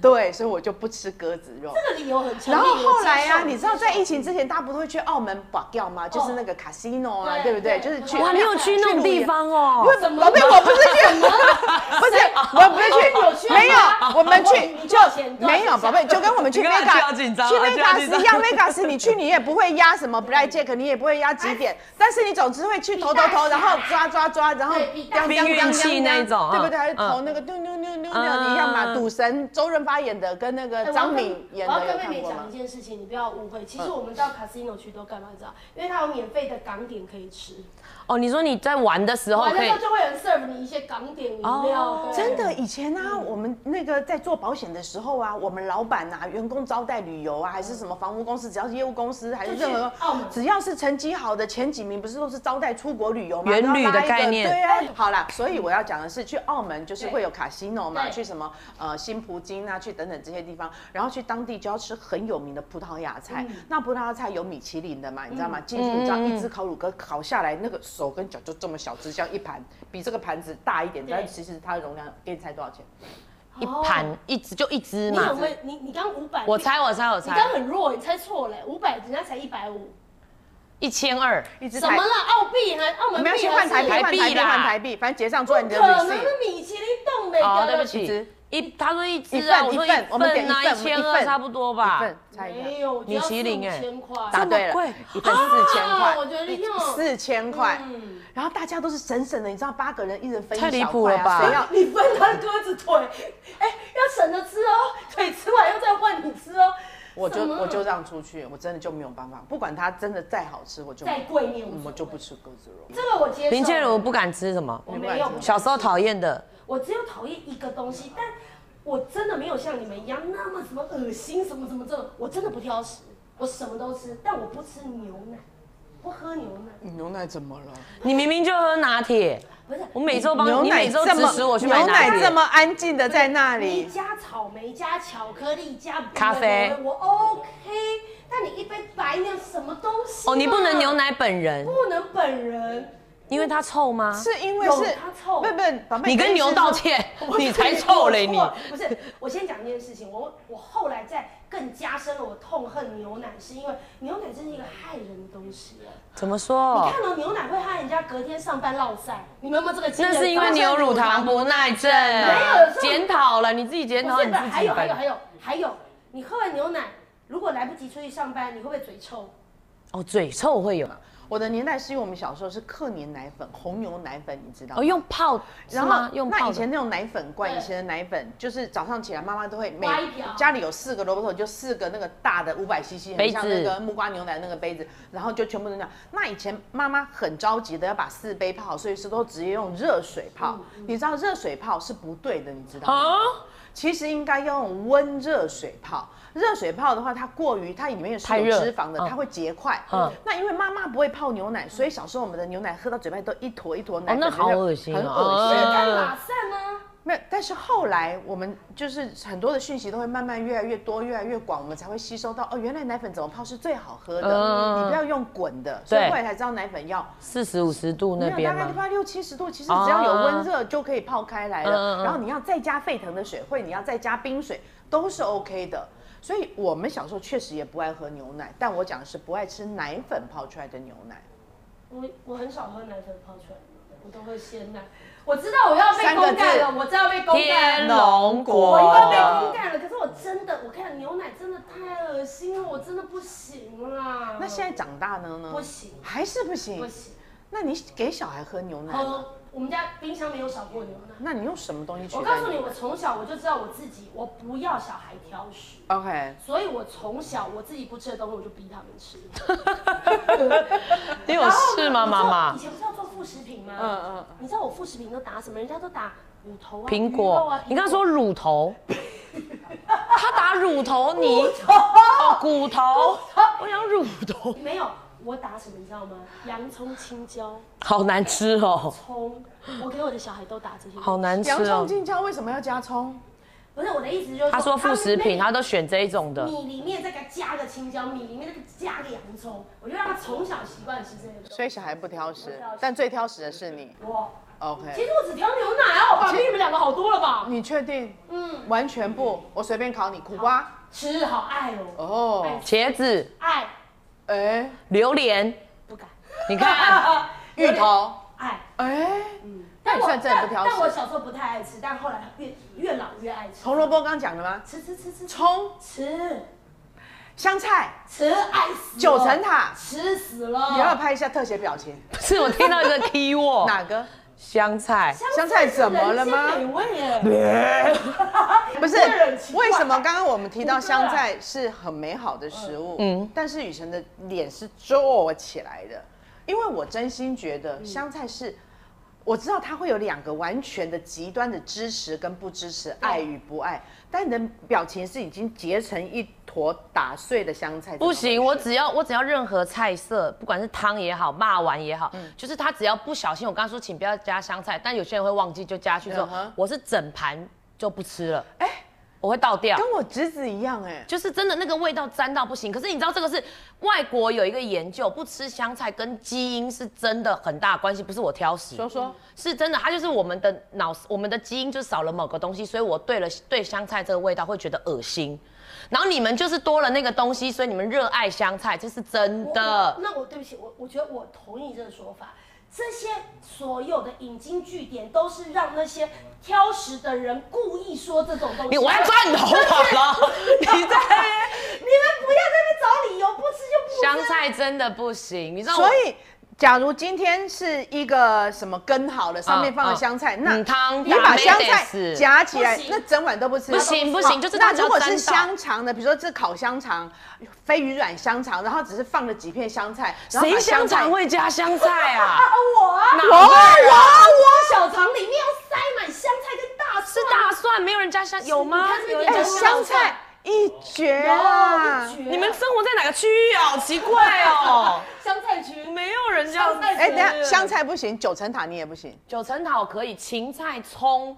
[SPEAKER 2] 对，所以我就不吃鸽子肉。
[SPEAKER 4] 这个理由很成立。
[SPEAKER 2] 然后后来
[SPEAKER 4] 我接
[SPEAKER 2] 啊，
[SPEAKER 4] 受
[SPEAKER 2] 你知道在疫情之前，大家不都会去澳门把钓吗？就是那个 casino 啊，对
[SPEAKER 4] 对
[SPEAKER 2] 不对？
[SPEAKER 4] 对
[SPEAKER 2] 就是去
[SPEAKER 4] 哇
[SPEAKER 3] 哇，你有去那种地？方哦？
[SPEAKER 2] 不是，
[SPEAKER 4] 怎么
[SPEAKER 2] 宝贝，我不是去，不是，我不
[SPEAKER 4] 有
[SPEAKER 2] 是
[SPEAKER 4] 去
[SPEAKER 2] 去，没有
[SPEAKER 4] 吗，
[SPEAKER 2] 我们
[SPEAKER 4] 你
[SPEAKER 2] 去
[SPEAKER 4] 你
[SPEAKER 2] 就
[SPEAKER 4] 多少钱多少
[SPEAKER 2] 没有，
[SPEAKER 4] 钱
[SPEAKER 2] 宝贝，就跟我们去
[SPEAKER 3] 你干嘛这样
[SPEAKER 2] Vegas
[SPEAKER 3] 紧张啊
[SPEAKER 2] 去
[SPEAKER 3] 这样
[SPEAKER 2] Vegas
[SPEAKER 3] 紧张
[SPEAKER 2] 一样，Vegas 你去你也不会压什么 black jack，你也不会压几点，但是你总之会去投投投，
[SPEAKER 4] 比大
[SPEAKER 2] 然
[SPEAKER 4] 侠
[SPEAKER 2] 后抓抓抓，然后
[SPEAKER 4] 对比大侠
[SPEAKER 2] 叮叮叮
[SPEAKER 3] 拼运气
[SPEAKER 2] 叮
[SPEAKER 3] 那
[SPEAKER 2] 叮
[SPEAKER 3] 种
[SPEAKER 2] 对不对？
[SPEAKER 3] 嗯
[SPEAKER 2] 还是投那个丢丢丢丢
[SPEAKER 3] 嗯
[SPEAKER 2] 丢，一样嘛。赌神周润发演的跟那个
[SPEAKER 4] 哎
[SPEAKER 2] 张敏演
[SPEAKER 4] 我要
[SPEAKER 2] 的有
[SPEAKER 4] 跟妹
[SPEAKER 2] 看
[SPEAKER 4] 妹
[SPEAKER 2] 过吗嗯
[SPEAKER 4] 讲一？件事情，你不要误会。其实我们到 casino 去都干嘛？你知道？因为它有免费的港点可以吃，
[SPEAKER 3] 哦，你说你在玩的
[SPEAKER 2] 哦
[SPEAKER 3] 时候
[SPEAKER 4] 完
[SPEAKER 3] 可
[SPEAKER 4] 了
[SPEAKER 3] 以
[SPEAKER 4] 之后就会有人 serve 你一些港点饮料
[SPEAKER 3] 哦。
[SPEAKER 4] 对
[SPEAKER 2] 真的，以前啊，我们那个在做保险的时候啊，我们老板啊、员工招待旅游啊，还是什么房屋公司，只要是业务公司，还是任何
[SPEAKER 4] 就去澳门，
[SPEAKER 2] 只要是成绩好的前几名，不是都是招待出国旅游吗？
[SPEAKER 3] 元
[SPEAKER 2] 都要
[SPEAKER 3] 旅的
[SPEAKER 2] 拉一个
[SPEAKER 3] 概念
[SPEAKER 2] 对啊，好啦，所以我要讲的是，去澳门就是会有 casino 嘛，
[SPEAKER 4] 对
[SPEAKER 2] 去什么呃新葡京啊，去等等这些地方，然后去当地就要吃很有名的葡萄牙菜。
[SPEAKER 4] 嗯
[SPEAKER 2] 那葡萄牙菜有米其林的嘛，你知道吗？进去你知道一只烤乳鸽烤下来，那个手跟脚就这么小，只像一盘，比这个盘子大一点，
[SPEAKER 4] 对
[SPEAKER 2] 但其实它的容量，给你猜多少钱？
[SPEAKER 3] 一
[SPEAKER 4] 哦
[SPEAKER 3] 盘一只就一只
[SPEAKER 4] 你
[SPEAKER 3] 嘛
[SPEAKER 4] 很。会，你你刚五百，
[SPEAKER 3] 我猜，我猜，我
[SPEAKER 4] 你刚
[SPEAKER 3] 猜，
[SPEAKER 4] 很弱，你猜错了，五百人家才一百五，
[SPEAKER 3] 一千二。
[SPEAKER 2] 一只
[SPEAKER 4] 怎么
[SPEAKER 2] 台
[SPEAKER 4] 了？澳币还澳
[SPEAKER 2] 我
[SPEAKER 4] 门
[SPEAKER 2] 们要
[SPEAKER 4] 币
[SPEAKER 2] 去
[SPEAKER 4] 还
[SPEAKER 2] 换
[SPEAKER 4] 是
[SPEAKER 2] 台币，
[SPEAKER 3] 台
[SPEAKER 2] 换
[SPEAKER 3] 币
[SPEAKER 2] 台币，
[SPEAKER 3] 啦
[SPEAKER 2] 换台币，反正结账出来你
[SPEAKER 4] 不
[SPEAKER 2] 的
[SPEAKER 4] 可能
[SPEAKER 2] receipt
[SPEAKER 4] 的。米其林冻每
[SPEAKER 3] 哦，
[SPEAKER 4] 个
[SPEAKER 3] 对不
[SPEAKER 2] 一
[SPEAKER 3] 起
[SPEAKER 2] 只，
[SPEAKER 3] 一他说一只
[SPEAKER 2] 一
[SPEAKER 3] 啊，
[SPEAKER 2] 份
[SPEAKER 3] 我
[SPEAKER 2] 一
[SPEAKER 3] 说
[SPEAKER 2] 份，我们点一
[SPEAKER 3] 啊，
[SPEAKER 2] 份，
[SPEAKER 3] 一千
[SPEAKER 2] 一
[SPEAKER 3] 二
[SPEAKER 2] 份
[SPEAKER 3] 差不多吧
[SPEAKER 2] 一。份，猜一
[SPEAKER 4] 没
[SPEAKER 2] 下，
[SPEAKER 4] 有，
[SPEAKER 3] 米其林
[SPEAKER 4] 哎，
[SPEAKER 3] 哎
[SPEAKER 4] 千块，
[SPEAKER 2] 答对
[SPEAKER 3] 这么
[SPEAKER 2] 了
[SPEAKER 3] 贵，
[SPEAKER 2] 一份四千
[SPEAKER 4] 啊
[SPEAKER 2] 块，
[SPEAKER 4] 我觉得用
[SPEAKER 2] 四千块。
[SPEAKER 4] 嗯
[SPEAKER 2] 然后大家都是省省的，你知道八个人一人分一
[SPEAKER 3] 太离
[SPEAKER 2] 小
[SPEAKER 3] 谱
[SPEAKER 2] 块
[SPEAKER 3] 了
[SPEAKER 2] 啊，
[SPEAKER 3] 吧
[SPEAKER 2] 谁要？
[SPEAKER 4] 你分他的鸽子腿，哎、要省着吃哦，腿吃完要再换你吃哦。
[SPEAKER 2] 我就
[SPEAKER 4] 什么
[SPEAKER 2] 我就让出去，我真的就没有办法，不管它真的再好吃，我就
[SPEAKER 4] 再贵你也无所
[SPEAKER 2] 嗯
[SPEAKER 4] 谓
[SPEAKER 2] 我就不吃鸽子肉。
[SPEAKER 4] 这个我接受。
[SPEAKER 3] 林倩如不敢吃什么？
[SPEAKER 4] 我没有，
[SPEAKER 3] 小时候讨厌的，
[SPEAKER 4] 我只有讨厌一个东西，但我真的没有像你们一样那么什么恶心什么什么这种，我真的不挑食，我什么都吃，但我不吃牛奶，不喝牛奶，
[SPEAKER 2] 牛奶怎么了？
[SPEAKER 3] 你明明就喝拿铁，
[SPEAKER 4] 不是。
[SPEAKER 3] 我每周帮你每周指使我去买
[SPEAKER 2] 牛
[SPEAKER 3] 拿
[SPEAKER 2] 奶这
[SPEAKER 3] 铁。
[SPEAKER 2] 么安静的在那
[SPEAKER 4] 你
[SPEAKER 2] 里，
[SPEAKER 4] 加草莓、加巧克力、加
[SPEAKER 3] 咖啡
[SPEAKER 4] 我 OK。但你一杯白酿什么东西？
[SPEAKER 3] 哦，你不能牛，奶本人，
[SPEAKER 4] 不能本人。
[SPEAKER 3] 因为它臭吗？
[SPEAKER 2] 是因为
[SPEAKER 4] 有
[SPEAKER 2] 是
[SPEAKER 4] 它臭
[SPEAKER 2] 不不，宝贝，
[SPEAKER 3] 你跟
[SPEAKER 2] 意思
[SPEAKER 3] 牛
[SPEAKER 2] 是
[SPEAKER 3] 道
[SPEAKER 2] 说
[SPEAKER 3] 歉
[SPEAKER 4] 我，
[SPEAKER 3] 你才臭啊嘞你。
[SPEAKER 4] 我错哦不是，我先讲一件事情，我我后来再更加深了我痛恨牛奶，是因为牛奶真是一个害人的东西。啊
[SPEAKER 3] 怎么
[SPEAKER 4] 你
[SPEAKER 3] 说？
[SPEAKER 4] 看到牛奶会害人家隔天上班落晒，你们有没有这个经验？
[SPEAKER 3] 那是因为牛乳糖不耐症
[SPEAKER 4] 没有。
[SPEAKER 3] 检讨了，你自己检
[SPEAKER 4] 我
[SPEAKER 3] 讨你
[SPEAKER 4] 现
[SPEAKER 3] 自己
[SPEAKER 4] 在还有还有
[SPEAKER 3] 吧
[SPEAKER 4] 还。有还有，你喝完牛奶，如果来不及出去上班，你会不会嘴臭？
[SPEAKER 3] 哦，嘴臭会有。
[SPEAKER 2] 我的年代是因为我们小时候是克年奶粉、红牛奶粉，你知道吗？
[SPEAKER 3] 哦，用泡是
[SPEAKER 2] 然
[SPEAKER 3] 吗
[SPEAKER 2] 后？
[SPEAKER 3] 用
[SPEAKER 2] 那
[SPEAKER 3] 泡
[SPEAKER 2] 以前
[SPEAKER 3] 的。
[SPEAKER 2] 那种奶粉罐，
[SPEAKER 4] 对
[SPEAKER 2] 以前的奶粉就是早上起来妈妈都会每
[SPEAKER 4] 挖一瓢
[SPEAKER 2] 家里有四个萝卜头，就四个那个大的五百 CC，很
[SPEAKER 3] 杯
[SPEAKER 2] 像
[SPEAKER 3] 子
[SPEAKER 2] 那个木瓜牛奶那个杯子，然后就全部都那样。那以前妈妈很着急的要把四杯泡好，所以是都直接用热水
[SPEAKER 4] 嗯
[SPEAKER 2] 泡。你知道热水泡是不对的，你知道吗？
[SPEAKER 3] 啊，
[SPEAKER 2] 其实应该要用温热水泡。热水泡的话，它过于它里面也是
[SPEAKER 3] 太
[SPEAKER 2] 有
[SPEAKER 3] 热
[SPEAKER 2] 脂肪的，
[SPEAKER 3] 嗯
[SPEAKER 2] 它会结块。
[SPEAKER 3] 嗯
[SPEAKER 2] 那因为妈妈不会泡牛奶，所以小时候我们的牛奶喝到嘴巴里都一坨一坨奶
[SPEAKER 3] 哦
[SPEAKER 2] 粉，
[SPEAKER 3] 那
[SPEAKER 2] 就
[SPEAKER 3] 好
[SPEAKER 2] 是
[SPEAKER 3] 恶心哦
[SPEAKER 2] 很恶心。
[SPEAKER 4] 干嘛散呢？
[SPEAKER 2] 没有，但是后来我们就是很多的讯息都会慢慢越来越多、越来越广，我们才会吸收到哦，原来奶粉怎么泡是最好喝的，
[SPEAKER 3] 嗯
[SPEAKER 2] 你不要用滚的。所以
[SPEAKER 3] 对
[SPEAKER 2] 后来才知道奶粉要
[SPEAKER 3] 四十五十度
[SPEAKER 2] 没
[SPEAKER 3] 那
[SPEAKER 2] 有
[SPEAKER 3] 边
[SPEAKER 2] 大概
[SPEAKER 3] 吗？
[SPEAKER 2] 快六七十度，其实只要有温热就可以泡开来
[SPEAKER 3] 嗯嗯
[SPEAKER 2] 了。
[SPEAKER 3] 嗯
[SPEAKER 2] 然后你要再加沸腾的水，或者你要再加冰水，都是 OK 的。所以我们小时候确实也不爱喝牛奶，但我讲的是不爱吃奶粉泡出来的牛奶。
[SPEAKER 4] 我我很少喝奶粉泡出来的，我都喝鲜奶。我知道我要被
[SPEAKER 2] 三个
[SPEAKER 4] 公干
[SPEAKER 2] 字
[SPEAKER 4] 了，我知道被公干
[SPEAKER 3] 天
[SPEAKER 4] 了，
[SPEAKER 3] 龙
[SPEAKER 4] 我
[SPEAKER 3] 国
[SPEAKER 4] 又要被公干了。可是我真的，我看牛奶真的太恶心了，我真的不行啦。
[SPEAKER 2] 那现在长大了呢？
[SPEAKER 4] 不行
[SPEAKER 2] 还是不行。
[SPEAKER 4] 不行，
[SPEAKER 2] 那你给小孩喝牛奶吗？
[SPEAKER 4] 喝我们家冰箱没有少过牛奶。
[SPEAKER 2] 那你用什么东西取代？
[SPEAKER 4] 我告诉你，我从小我就知道我自己，我不要小孩挑食。
[SPEAKER 2] ，OK，
[SPEAKER 4] 所以我从小我自己不吃的东西，我就逼他们吃。
[SPEAKER 3] 你有事吗，
[SPEAKER 4] 然后呢
[SPEAKER 3] 妈
[SPEAKER 4] 你
[SPEAKER 3] 妈？
[SPEAKER 4] 知道以前不是要做副食品吗？
[SPEAKER 2] 嗯嗯嗯
[SPEAKER 4] 你知道我副食品都打什么？人家都打乳头啊、
[SPEAKER 3] 苹
[SPEAKER 4] 鱼肉
[SPEAKER 3] 果
[SPEAKER 4] 啊。
[SPEAKER 3] 你刚刚说乳头，他打乳头泥，哦，骨头，我想乳头，
[SPEAKER 4] 没有，我打什么你知道吗？洋葱、青椒、
[SPEAKER 3] 好难吃哦，
[SPEAKER 4] 葱，我给我的小孩都打这些。
[SPEAKER 3] 好，难吃
[SPEAKER 2] 洋葱
[SPEAKER 3] 哦。
[SPEAKER 2] 青椒为什么要加葱？
[SPEAKER 4] 不是我的意思就是
[SPEAKER 3] 他说副食品，
[SPEAKER 4] 他
[SPEAKER 3] 他
[SPEAKER 4] 们
[SPEAKER 3] 都选这一种
[SPEAKER 4] 那
[SPEAKER 3] 的
[SPEAKER 4] 个。米里面再给它加个青椒，米里面再给它加个洋葱，我就让他从小习惯吃这些东西。
[SPEAKER 2] 所以小孩不挑食
[SPEAKER 4] 不挑食，
[SPEAKER 2] 但最挑食的是你。
[SPEAKER 4] 我嗯其
[SPEAKER 2] OK，
[SPEAKER 4] 实我只挑牛奶啊，我爸比你们两个好多了吧？
[SPEAKER 2] 你确定？
[SPEAKER 4] 嗯，
[SPEAKER 2] 完全不，我随便考你。苦瓜
[SPEAKER 4] 吃好爱哦，
[SPEAKER 2] 哦，
[SPEAKER 3] 茄子、
[SPEAKER 4] 爱
[SPEAKER 2] 哎，
[SPEAKER 3] 榴莲，
[SPEAKER 4] 不敢，
[SPEAKER 3] 你看，
[SPEAKER 2] 芋头，
[SPEAKER 4] 爱。
[SPEAKER 2] 哎，那
[SPEAKER 4] 但
[SPEAKER 2] 你
[SPEAKER 4] 我
[SPEAKER 2] 算真的不挑
[SPEAKER 4] 但我
[SPEAKER 2] 食。
[SPEAKER 4] 小时候不太爱吃，但后来越越老越爱吃。
[SPEAKER 2] 红萝卜刚讲了吗？
[SPEAKER 4] 吃吃吃吃
[SPEAKER 2] 葱、
[SPEAKER 4] 吃
[SPEAKER 2] 香菜、
[SPEAKER 4] 吃，爱死了
[SPEAKER 2] 九层塔，
[SPEAKER 4] 吃死了。
[SPEAKER 2] 你要不要拍一下特写表情？
[SPEAKER 3] 不是我听到 一个 key
[SPEAKER 4] 哦
[SPEAKER 3] word，
[SPEAKER 2] 哪个？
[SPEAKER 3] 香菜。
[SPEAKER 2] 香菜
[SPEAKER 4] 是
[SPEAKER 2] 怎么了吗
[SPEAKER 4] 人间美味耶！
[SPEAKER 2] 不是
[SPEAKER 4] 真的很奇怪
[SPEAKER 2] 为什么刚刚我们提到香菜是很美好的食物，嗯
[SPEAKER 3] 嗯，
[SPEAKER 2] 但是雨辰的脸是皱起来的，因为我真心觉得香菜是。我知道它会有两个完全的极端的支持跟不支持，爱与不爱。但你的表情是已经结成一坨打碎的香菜。
[SPEAKER 3] 不行，
[SPEAKER 2] 怎么
[SPEAKER 3] 我
[SPEAKER 2] 回事
[SPEAKER 3] 只要我只要任何菜色，不管是汤也好，骂完也好，
[SPEAKER 2] 嗯
[SPEAKER 3] 就是他只要不小心，我刚刚说请不要加香菜，但有些人会忘记就加去之后
[SPEAKER 2] 嗯哼
[SPEAKER 3] 我是整盘就不吃了，
[SPEAKER 2] 哎、
[SPEAKER 3] 我会倒掉。
[SPEAKER 2] 跟我侄子一样哎、
[SPEAKER 3] 就是真的那个味道沾到不行，可是你知道这个是外国有一个研究，不吃香菜跟基因是真的很大关系，不是我挑食。
[SPEAKER 2] 说说
[SPEAKER 3] 是真的，它就是我们的脑，我们的基因就少了某个东西，所以我对了对香菜这个味道会觉得恶心。然后你们就是多了那个东西，所以你们热爱香菜，这是真
[SPEAKER 4] 我
[SPEAKER 3] 的
[SPEAKER 4] 我。那我对不起，我我觉得我同意这个说法。这些所有的引经据典都是让那些挑食的人故意说这种东西。啊
[SPEAKER 3] 你我要抓你头发了， 你在
[SPEAKER 4] 你们不要在那边找理由，不吃就不吃。
[SPEAKER 3] 香菜真的不行，你知道我
[SPEAKER 2] 所以，假如今天是一个什么羹好了，上面放了香菜，
[SPEAKER 3] 嗯
[SPEAKER 2] 那
[SPEAKER 3] 嗯汤
[SPEAKER 2] 你把
[SPEAKER 3] 打
[SPEAKER 2] 香菜
[SPEAKER 3] mayonnaise
[SPEAKER 2] 夹起来
[SPEAKER 4] 不，行
[SPEAKER 2] 那整碗都不吃。
[SPEAKER 3] 不行不行就是
[SPEAKER 2] 那
[SPEAKER 3] 大家
[SPEAKER 2] 如果是
[SPEAKER 3] 沾到
[SPEAKER 2] 香肠的，比如说这烤香肠、飞鱼软香肠，然后只是放了几片香菜，然后把
[SPEAKER 3] 谁香
[SPEAKER 2] 菜
[SPEAKER 3] 肠会加香菜啊
[SPEAKER 4] 啊？，我啊，
[SPEAKER 3] 哪
[SPEAKER 4] 我啊
[SPEAKER 2] 哎
[SPEAKER 3] 会啊
[SPEAKER 4] 我小肠里面要塞满香菜跟大
[SPEAKER 3] 是
[SPEAKER 4] 蒜，
[SPEAKER 3] 大蒜，没有人加香有吗
[SPEAKER 4] 你看？这
[SPEAKER 3] 有
[SPEAKER 4] 个
[SPEAKER 3] 人
[SPEAKER 2] 哎
[SPEAKER 3] 加
[SPEAKER 4] 人
[SPEAKER 3] 香？
[SPEAKER 2] 香菜一绝
[SPEAKER 4] 哎
[SPEAKER 2] 啊
[SPEAKER 4] 有！一绝
[SPEAKER 3] 你们生活在哪个区域啊？好奇怪哦，
[SPEAKER 4] 香菜区。
[SPEAKER 3] 没有人这样
[SPEAKER 4] 香
[SPEAKER 3] 子
[SPEAKER 4] 菜。
[SPEAKER 2] 哎，等一下香菜不行，九层塔你也不行，
[SPEAKER 3] 九层塔我可以，芹菜、葱，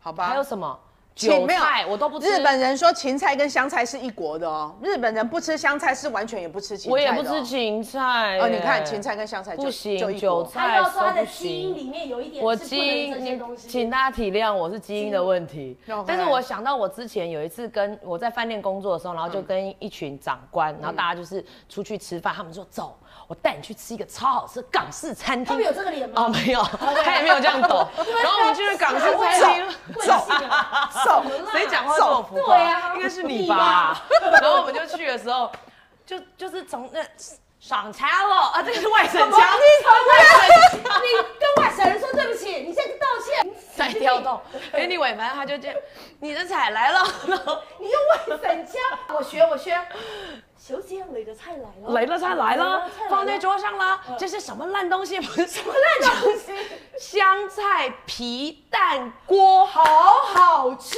[SPEAKER 2] 好吧？
[SPEAKER 3] 还有什么？
[SPEAKER 2] 芹
[SPEAKER 3] 韭菜我都不吃。
[SPEAKER 2] 日本人说芹菜跟香菜是一国的哦，日本人不吃香菜是完全也不吃芹菜
[SPEAKER 3] 我
[SPEAKER 2] 的
[SPEAKER 3] 也
[SPEAKER 2] 哦
[SPEAKER 3] 不吃芹菜耶。
[SPEAKER 2] 哦，你看芹菜跟香菜就
[SPEAKER 3] 不行
[SPEAKER 2] 就一
[SPEAKER 3] 韭
[SPEAKER 2] 国
[SPEAKER 3] 菜
[SPEAKER 4] 还要说他的基因里面有一点
[SPEAKER 3] 我
[SPEAKER 4] 是
[SPEAKER 3] 基
[SPEAKER 4] 不能这些
[SPEAKER 3] 因
[SPEAKER 4] 东，西。
[SPEAKER 3] 请大家体谅，我是基因的问题
[SPEAKER 2] 基因啊 OK。
[SPEAKER 3] 但是我想到我之前有一次跟我在饭店工作的时候，然后就跟一群长
[SPEAKER 2] 嗯
[SPEAKER 3] 官，然后大家就是出去吃饭，他们说走，我带你去吃一个超好吃的港式餐
[SPEAKER 4] 他
[SPEAKER 3] 厅
[SPEAKER 4] 们。有这个脸
[SPEAKER 3] 哦，
[SPEAKER 4] 吗？
[SPEAKER 3] 没有，他也没有这样 抖。
[SPEAKER 4] 啊
[SPEAKER 3] 然后我们去了港式
[SPEAKER 2] 哎
[SPEAKER 3] 餐厅。
[SPEAKER 4] 走，
[SPEAKER 2] 走
[SPEAKER 3] 谁讲话这么浮夸？
[SPEAKER 4] 对啊
[SPEAKER 3] 应该是你吧。 然后我们就去的时候，就就是从那赏茶了啊，这个是外省腔，
[SPEAKER 4] 你跟外省人说对不起，你现在道歉。
[SPEAKER 3] 在调动。Anyway，反正他就这样，你的菜来了，然后
[SPEAKER 4] 你用外省腔，我学我学。小姐，你的菜来了，
[SPEAKER 3] 来了菜来了
[SPEAKER 4] 来了菜来了，嗯
[SPEAKER 3] 放在桌上啦。这是什么烂东西？不是什么烂东西，香菜皮蛋锅。
[SPEAKER 4] 好好吃，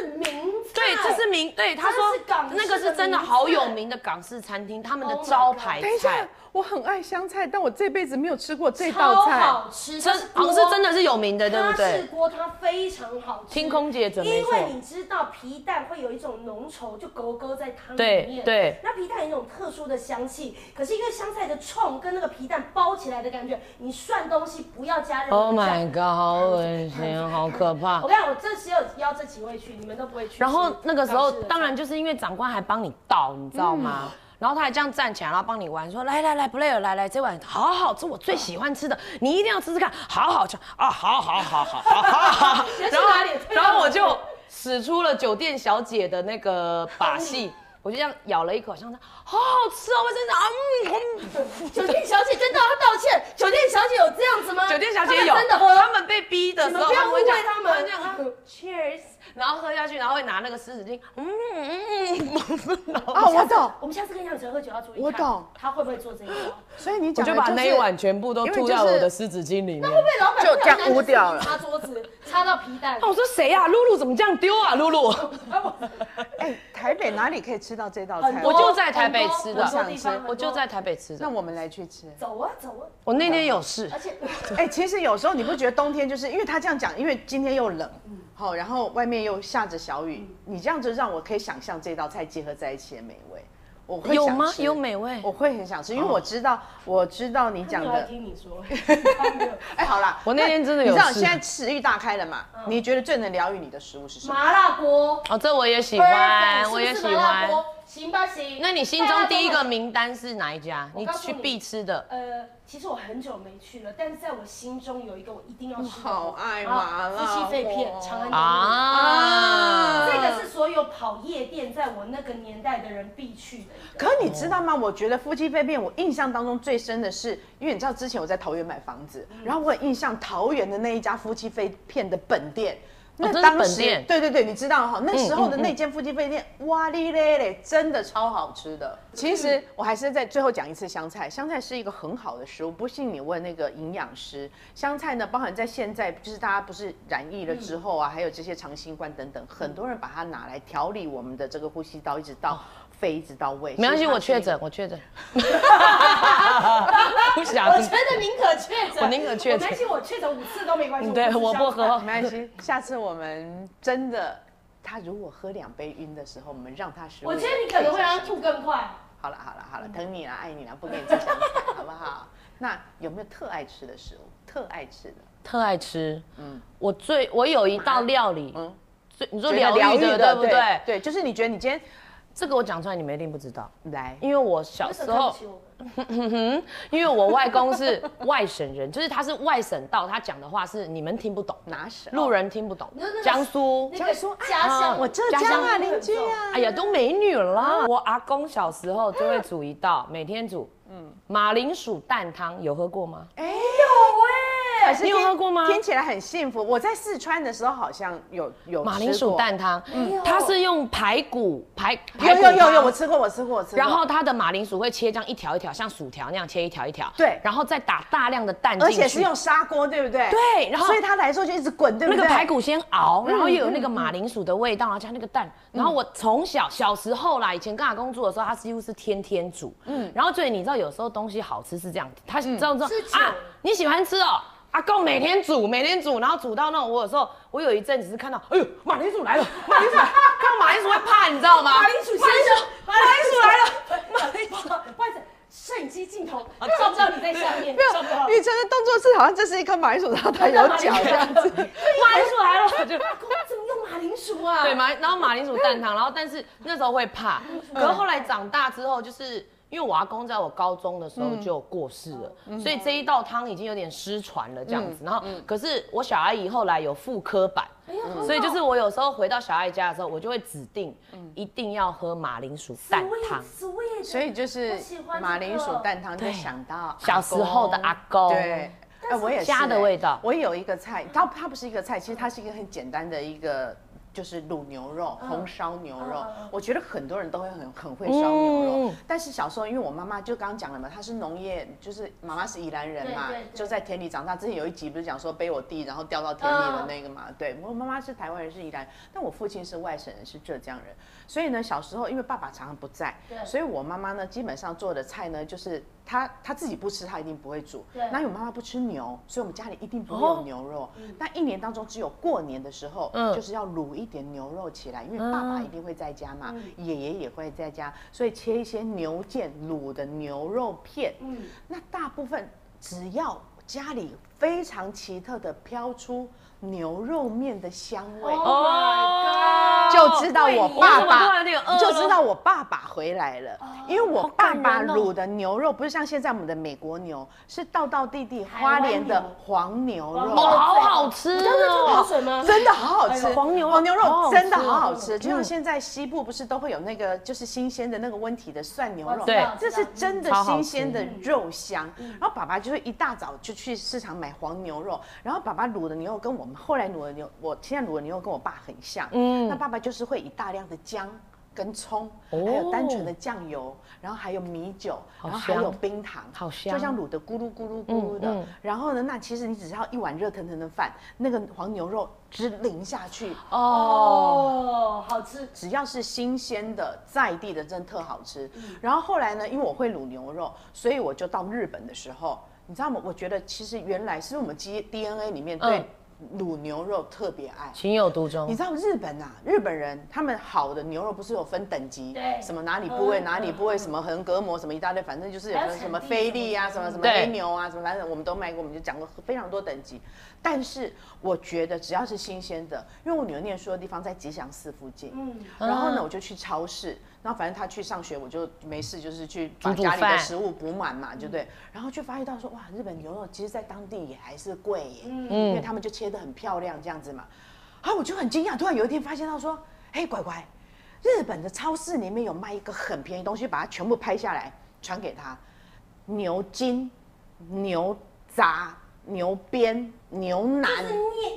[SPEAKER 4] 这是名菜。
[SPEAKER 3] 对，这是名对他
[SPEAKER 4] 这是港
[SPEAKER 3] 说那
[SPEAKER 4] 式的
[SPEAKER 3] 个是真的
[SPEAKER 4] 名
[SPEAKER 3] 好
[SPEAKER 4] 菜
[SPEAKER 3] 有名的港式餐厅，他们的
[SPEAKER 4] Oh my
[SPEAKER 3] 招
[SPEAKER 4] God
[SPEAKER 3] 牌
[SPEAKER 2] 等一
[SPEAKER 3] 菜
[SPEAKER 2] 下。，我很爱香菜，但我这辈子没有吃过这
[SPEAKER 4] 超
[SPEAKER 2] 道菜。
[SPEAKER 4] 好吃，
[SPEAKER 3] 真好像是真的是有名的，对
[SPEAKER 4] 它
[SPEAKER 3] 不对
[SPEAKER 4] 是？锅，它非常好吃。
[SPEAKER 3] 听空姐准没
[SPEAKER 4] 因
[SPEAKER 3] 错
[SPEAKER 4] 为你知道皮蛋会有一种浓稠，就勾勾在汤里
[SPEAKER 3] 对
[SPEAKER 4] 面。
[SPEAKER 3] 对
[SPEAKER 4] 那皮蛋有一种特殊的香气，可是因为香菜的冲跟那个皮蛋包起来的感觉，你涮东西不要加任何
[SPEAKER 3] Oh my
[SPEAKER 4] 酱
[SPEAKER 3] god，好恶心，好可怕
[SPEAKER 4] 我。跟你讲，我这只有邀这几位去，你们都不会去吃
[SPEAKER 3] 然
[SPEAKER 4] 港式的菜。
[SPEAKER 3] 后那个时候，嗯当然就是因为长官还帮你倒，你知道吗？然后他还这样站起来，然后帮你玩，说来来来，布莱尔，来来，这碗好好吃，我最喜欢吃的，你一定要吃吃看，好好吃啊，好好好好好好 好。
[SPEAKER 4] 你要去
[SPEAKER 3] 然后
[SPEAKER 4] 哪里，
[SPEAKER 3] 然后我就使出了酒店小姐的那个把戏，我就这样咬了一口，好像是好好吃哦，卫生纸啊，嗯，嗯
[SPEAKER 4] 酒店小姐跟大家道歉，酒店小姐有这样子吗？
[SPEAKER 3] 酒店小姐有，
[SPEAKER 4] 他们真的喝，
[SPEAKER 3] 他们被逼的时候，
[SPEAKER 4] 你们不要
[SPEAKER 3] 他会这样
[SPEAKER 4] 误会他们
[SPEAKER 3] 这样啊 Cheers，然后喝下去，然后会拿那个湿纸巾，嗯嗯嗯，然后
[SPEAKER 2] 啊，我懂。
[SPEAKER 4] 我们下次跟杨雨辰喝酒要注意，
[SPEAKER 2] 我懂，
[SPEAKER 4] 他会不会做这一招？
[SPEAKER 2] 所以你
[SPEAKER 3] 我
[SPEAKER 2] 讲的
[SPEAKER 3] 就把那一
[SPEAKER 2] 是
[SPEAKER 3] 碗全部都
[SPEAKER 2] 因为
[SPEAKER 3] 吐
[SPEAKER 2] 就是
[SPEAKER 3] 到我的湿纸巾里面。
[SPEAKER 4] 被老板
[SPEAKER 2] 就这样
[SPEAKER 4] 不小心
[SPEAKER 2] 污掉了
[SPEAKER 4] 擦桌子，擦到皮蛋
[SPEAKER 3] 那。我说谁呀、啊？露露怎么这样丢啊？露露，
[SPEAKER 2] 哎、台北哪里可以吃到这道
[SPEAKER 4] 很
[SPEAKER 2] 菜？
[SPEAKER 4] 多
[SPEAKER 3] 我就在台北
[SPEAKER 4] 很
[SPEAKER 3] 吃
[SPEAKER 4] 多
[SPEAKER 3] 的
[SPEAKER 4] 很多地方很多
[SPEAKER 3] 我就在台北吃
[SPEAKER 2] 那
[SPEAKER 3] 的。
[SPEAKER 2] 我们来去吃。
[SPEAKER 4] 走啊走啊，
[SPEAKER 3] 我那天有事
[SPEAKER 4] 而，且
[SPEAKER 2] 哎、其实有时候你不觉得冬天就是因为他这样讲，因为今天又冷，好、然后外面又下着小雨，你这样子让我可以想象这道菜结合在一起的美味。我会
[SPEAKER 3] 有
[SPEAKER 2] 想
[SPEAKER 3] 吗？
[SPEAKER 2] 吃
[SPEAKER 3] 有，美味
[SPEAKER 2] 我。会很想吃，因为我知道，我知道你
[SPEAKER 4] 他
[SPEAKER 2] 讲
[SPEAKER 4] 没有来
[SPEAKER 2] 的。
[SPEAKER 4] 听 你说，他没有
[SPEAKER 2] 哎、好啦，
[SPEAKER 3] 我那天真的有
[SPEAKER 2] 你知道
[SPEAKER 3] 事
[SPEAKER 2] 现在食欲大开了嘛？你觉得最能疗愈你的食物是什么？
[SPEAKER 4] 麻辣锅，
[SPEAKER 3] 哦，这我也喜
[SPEAKER 4] 喜
[SPEAKER 3] 欢，我也喜欢。，
[SPEAKER 4] 行不行？
[SPEAKER 3] 那你心中第一
[SPEAKER 4] 大家
[SPEAKER 3] 个
[SPEAKER 4] 都
[SPEAKER 3] 名单是哪一家？
[SPEAKER 4] 我
[SPEAKER 3] 你
[SPEAKER 4] 告诉
[SPEAKER 3] 去
[SPEAKER 4] 你
[SPEAKER 3] 必吃的。
[SPEAKER 4] 呃，其实我很久没去了，但是在我心中有一个我一定要吃的，
[SPEAKER 2] 嗯好爱麻辣锅哦
[SPEAKER 4] 啊夫妻肺片，长安牛
[SPEAKER 3] 嗯
[SPEAKER 4] 肉
[SPEAKER 3] 啊，
[SPEAKER 4] 面，这个是所有跑夜店在我那个年代的人必去的一个。
[SPEAKER 2] 可你知道吗？我觉得夫妻肺片，我印象当中最深的是，因为你知道之前我在桃园买房子，然后我很印象桃园的那一家夫妻肺片的本店。
[SPEAKER 3] 哦这是本店
[SPEAKER 2] 对对对，你知道哈，那时候的
[SPEAKER 3] 嗯嗯
[SPEAKER 2] 那间夫妻肺店，哇哩嘞嘞，真的超好吃的。其实我还是在最后讲一次香菜，香菜是一个很好的食物，不信你问那个营养师。香菜呢，包含在现在就是大家不是染疫了之后啊，还有这些长新冠等等，很多人把它拿来调理我们的这个呼吸道，一直到肺，一直到胃。
[SPEAKER 3] 没关系，
[SPEAKER 2] 所以它
[SPEAKER 3] 我确
[SPEAKER 2] 是一个
[SPEAKER 3] 诊，我确诊。 不想
[SPEAKER 4] 我觉得宁可确诊，
[SPEAKER 3] 我宁可确诊嗯
[SPEAKER 4] 我担心我确诊五次都没关系。
[SPEAKER 3] 对
[SPEAKER 4] 不吃
[SPEAKER 3] 我不
[SPEAKER 4] 香菜
[SPEAKER 3] 喝
[SPEAKER 2] 没关系，下次我们真的，他如果喝两杯晕的时候，我们让他食物。
[SPEAKER 4] 我觉得你可能会让他吐更快。
[SPEAKER 2] 好了好了
[SPEAKER 3] 嗯
[SPEAKER 2] 好了，疼你啦，爱你啦，不跟你吃香菜，好不好？ 那有没有特爱吃的食物？特爱吃的，
[SPEAKER 3] 特爱吃。
[SPEAKER 2] 嗯
[SPEAKER 3] 嗯，我最我有一道料理，
[SPEAKER 2] 嗯，
[SPEAKER 3] 最你说
[SPEAKER 2] 觉
[SPEAKER 3] 疗
[SPEAKER 2] 得
[SPEAKER 3] 愈的，对不对
[SPEAKER 2] 对？？对，就是你觉得你今天
[SPEAKER 3] 这个我讲出来你们一定不知道，
[SPEAKER 2] 来，
[SPEAKER 3] 因为我小
[SPEAKER 4] 为什
[SPEAKER 3] 时
[SPEAKER 4] 么看
[SPEAKER 3] 候
[SPEAKER 4] 不，起我？
[SPEAKER 3] 因为我外公是外省人， 就是他是外省到他讲的话是你们听不懂，
[SPEAKER 2] 拿手
[SPEAKER 3] 路人听不懂
[SPEAKER 4] 那那个，
[SPEAKER 3] 江苏。
[SPEAKER 4] 那
[SPEAKER 2] 这样
[SPEAKER 4] 个
[SPEAKER 2] 说
[SPEAKER 4] 家乡，
[SPEAKER 2] 我浙江啊，邻居啊，
[SPEAKER 3] 哎呀，都美女啦！我阿公小时候就会煮一道，每天煮，嗯，马铃薯蛋汤，有喝过吗？
[SPEAKER 2] 哎，
[SPEAKER 4] 有哎，
[SPEAKER 2] 可是
[SPEAKER 3] 你有
[SPEAKER 2] 听
[SPEAKER 3] 喝过吗
[SPEAKER 2] 听起来很幸福。我在四川的时候好像有有
[SPEAKER 3] 马
[SPEAKER 2] 吃
[SPEAKER 3] 铃薯
[SPEAKER 2] 过，
[SPEAKER 3] 蛋汤
[SPEAKER 4] 没有，
[SPEAKER 3] 它是用排骨排
[SPEAKER 2] 有
[SPEAKER 3] 排骨
[SPEAKER 2] 有有有，
[SPEAKER 3] 汤
[SPEAKER 2] 我吃过我吃过我吃过。
[SPEAKER 3] 然后它的马铃薯会切这样一条一条，像薯条那样切一条一条。
[SPEAKER 2] 对
[SPEAKER 3] 然后再打大量的蛋进
[SPEAKER 2] 而
[SPEAKER 3] 去，
[SPEAKER 2] 且是用砂锅，对不对？
[SPEAKER 3] 对然后
[SPEAKER 2] 所以它来说就一直滚，对不
[SPEAKER 3] 那
[SPEAKER 2] 对？
[SPEAKER 3] 个排骨先
[SPEAKER 4] 嗯
[SPEAKER 3] 熬，然后又有那个马铃薯的味道，然后加那个蛋。然后我从小小时候啦，以前跟阿公住的时候，他几乎是天天煮。嗯，然后所以你知道，有时候东西好吃是这样，他知道说
[SPEAKER 4] 嗯是久
[SPEAKER 3] 啊，你喜欢吃哦。阿公每天煮，每天煮，然后煮到那种，我有时候我有一阵子是看到，哎呦，马铃薯来了，马铃薯来了，看到马铃薯会怕，你知道吗？
[SPEAKER 4] 马铃薯先生，马
[SPEAKER 3] 马
[SPEAKER 4] 铃薯来了，马铃薯，不好意思，摄影机镜头
[SPEAKER 3] 啊
[SPEAKER 4] 照不到你在下面，照不到
[SPEAKER 2] 玉。成的动作是好像这是一颗马铃薯，然后它有脚这样子。
[SPEAKER 3] 马铃薯来了，我就
[SPEAKER 4] 阿公怎么用马铃薯啊？
[SPEAKER 3] 对？马，然后马铃薯蛋汤，然后但是那时候会怕，
[SPEAKER 4] 嗯
[SPEAKER 3] 可是后来长大之后，就是因为我阿公在我高中的时
[SPEAKER 4] 嗯
[SPEAKER 3] 候就过世了，所以这一道汤已经有点失传了这样子。然后可是我小阿姨后来有妇科版。
[SPEAKER 4] 嗯哎呀，
[SPEAKER 3] 所以就是我有时候回到小爱家的时候，我就会指定一定要喝马铃薯蛋汤。
[SPEAKER 4] 嗯 sweet，
[SPEAKER 2] 所以就是马铃薯蛋汤，就
[SPEAKER 3] 对
[SPEAKER 2] 想到阿公
[SPEAKER 3] 小时候的阿公
[SPEAKER 2] 对。哎，我也是
[SPEAKER 3] 家的味道
[SPEAKER 2] 哎我有一个菜，它它不是一个菜，其实它是一个很简单的一个，就是卤牛肉、红烧牛肉
[SPEAKER 4] 嗯嗯嗯。
[SPEAKER 2] 我觉得很多人都会很很会烧牛肉
[SPEAKER 3] 嗯，
[SPEAKER 2] 但是小时候因为我妈妈就刚刚讲了嘛，她是农业，就是妈妈是宜兰人嘛
[SPEAKER 4] 对对，对
[SPEAKER 2] 就在田里长大。之前有一集不是讲说背我弟，然后掉到田里的那个嘛？对，我妈妈是台湾人，是宜兰，但我父亲是外省人，是浙江人。所以呢，小时候因为爸爸常常不在
[SPEAKER 4] 对，
[SPEAKER 2] 所以我妈妈呢，基本上做的菜呢，就是她她自己不吃，她一定不会煮。
[SPEAKER 4] 对哦
[SPEAKER 2] 那因为我妈妈不吃牛，所以我们家里一定不会有牛肉。
[SPEAKER 4] 嗯
[SPEAKER 2] 那一年当中只有过年的时候，
[SPEAKER 3] 嗯
[SPEAKER 2] 就是要卤一点牛肉起来，因为爸爸
[SPEAKER 4] 嗯
[SPEAKER 2] 一定会在家嘛，爷爷也会在家，所以切一些牛腱卤的牛肉片。
[SPEAKER 4] 嗯，
[SPEAKER 2] 那大部分只要家里非常奇特的飘出牛肉面的香味。
[SPEAKER 3] 哦
[SPEAKER 4] Oh my god！
[SPEAKER 2] 就知道我爸
[SPEAKER 3] 我怎么突
[SPEAKER 2] 爸
[SPEAKER 3] 然有点饿，了
[SPEAKER 2] 就知道我爸爸回来了，因为我
[SPEAKER 3] 好
[SPEAKER 2] 爸
[SPEAKER 3] 感
[SPEAKER 2] 爸
[SPEAKER 3] 人哦
[SPEAKER 2] 卤的牛肉不是像现在我们的美国牛，是道道地地
[SPEAKER 4] 台
[SPEAKER 2] 花
[SPEAKER 4] 湾
[SPEAKER 2] 莲的
[SPEAKER 4] 牛
[SPEAKER 2] 黄牛
[SPEAKER 4] 黄
[SPEAKER 2] 肉
[SPEAKER 4] 牛
[SPEAKER 3] 哦，。好好吃
[SPEAKER 4] 你刚刚吐口
[SPEAKER 3] 哦！
[SPEAKER 4] 水吗？
[SPEAKER 2] 真的好好吃，
[SPEAKER 3] 哎呦黄牛肉
[SPEAKER 2] 黄牛
[SPEAKER 3] 好好
[SPEAKER 2] 肉
[SPEAKER 3] 吃
[SPEAKER 2] 真的好好
[SPEAKER 4] 哦
[SPEAKER 2] 吃。就像现在西部不是都会有那个就是新鲜的那个温体的蒜牛肉，
[SPEAKER 3] 对
[SPEAKER 2] 这是真的
[SPEAKER 3] 超好
[SPEAKER 2] 新
[SPEAKER 3] 吃
[SPEAKER 2] 鲜的肉香。然后爸爸就会一大早就去市场买黄牛肉，然后爸爸卤的牛肉跟我们后来卤的牛，我现在卤的牛肉跟我爸很像。嗯，那爸爸就是会以大量的姜。跟葱，还有单纯的酱油，然后还有米酒，然后还有
[SPEAKER 3] 香
[SPEAKER 2] 冰糖，
[SPEAKER 3] 好
[SPEAKER 2] 就
[SPEAKER 3] 香嗯
[SPEAKER 2] 像卤的咕噜咕噜咕噜的。然后呢，那其实你只要一碗热腾腾的饭，那个黄牛肉汁淋下去，
[SPEAKER 3] 哦，
[SPEAKER 4] 哦，好吃。
[SPEAKER 2] 只要是新鲜的在地的，真的特好吃。
[SPEAKER 3] 嗯
[SPEAKER 2] 然后后来呢，因为我会卤牛肉，所以我就到日本的时候，你知道吗？我觉得其实原来是我们基 DNA 里面
[SPEAKER 3] 嗯
[SPEAKER 2] 对卤牛肉特别爱。
[SPEAKER 3] 情有独
[SPEAKER 2] 你
[SPEAKER 3] 钟。
[SPEAKER 2] 知道日本啊，日本人他们好的牛肉不是有分等级，
[SPEAKER 4] 对
[SPEAKER 2] 什么哪里部位、
[SPEAKER 4] 嗯
[SPEAKER 2] 哪里部位，什么横膈膜什么一大堆，反正就是有
[SPEAKER 4] 还有
[SPEAKER 2] 分什么
[SPEAKER 4] 产地
[SPEAKER 2] 菲力啊，什
[SPEAKER 4] 什
[SPEAKER 2] 么
[SPEAKER 4] 么
[SPEAKER 2] 什么
[SPEAKER 3] 对
[SPEAKER 2] 黑牛啊，什么反正我们都卖过，我们就讲过非常多等级。但是我觉得只要是新鲜的，因为我女儿念书的地方在吉祥寺附近，
[SPEAKER 4] 嗯，
[SPEAKER 2] 然后呢
[SPEAKER 3] 啊
[SPEAKER 2] 我就去超市，然后反正她去上学，我就没事就是去把
[SPEAKER 3] 煮煮
[SPEAKER 2] 啊家里的
[SPEAKER 3] 饭嗯
[SPEAKER 2] 食物补满嘛，就对。然后就发现到说，哇，日本牛肉其实在当地也还是贵耶，
[SPEAKER 3] 嗯
[SPEAKER 2] 因为他们就切得很漂亮这样子嘛。啊，我就很惊讶，突然有一天发现到说，嘿，乖乖，日本的超市里面有卖一个很便宜的东西，把它全部拍下来传给他，牛筋、牛杂、牛鞭、牛腩，
[SPEAKER 4] 是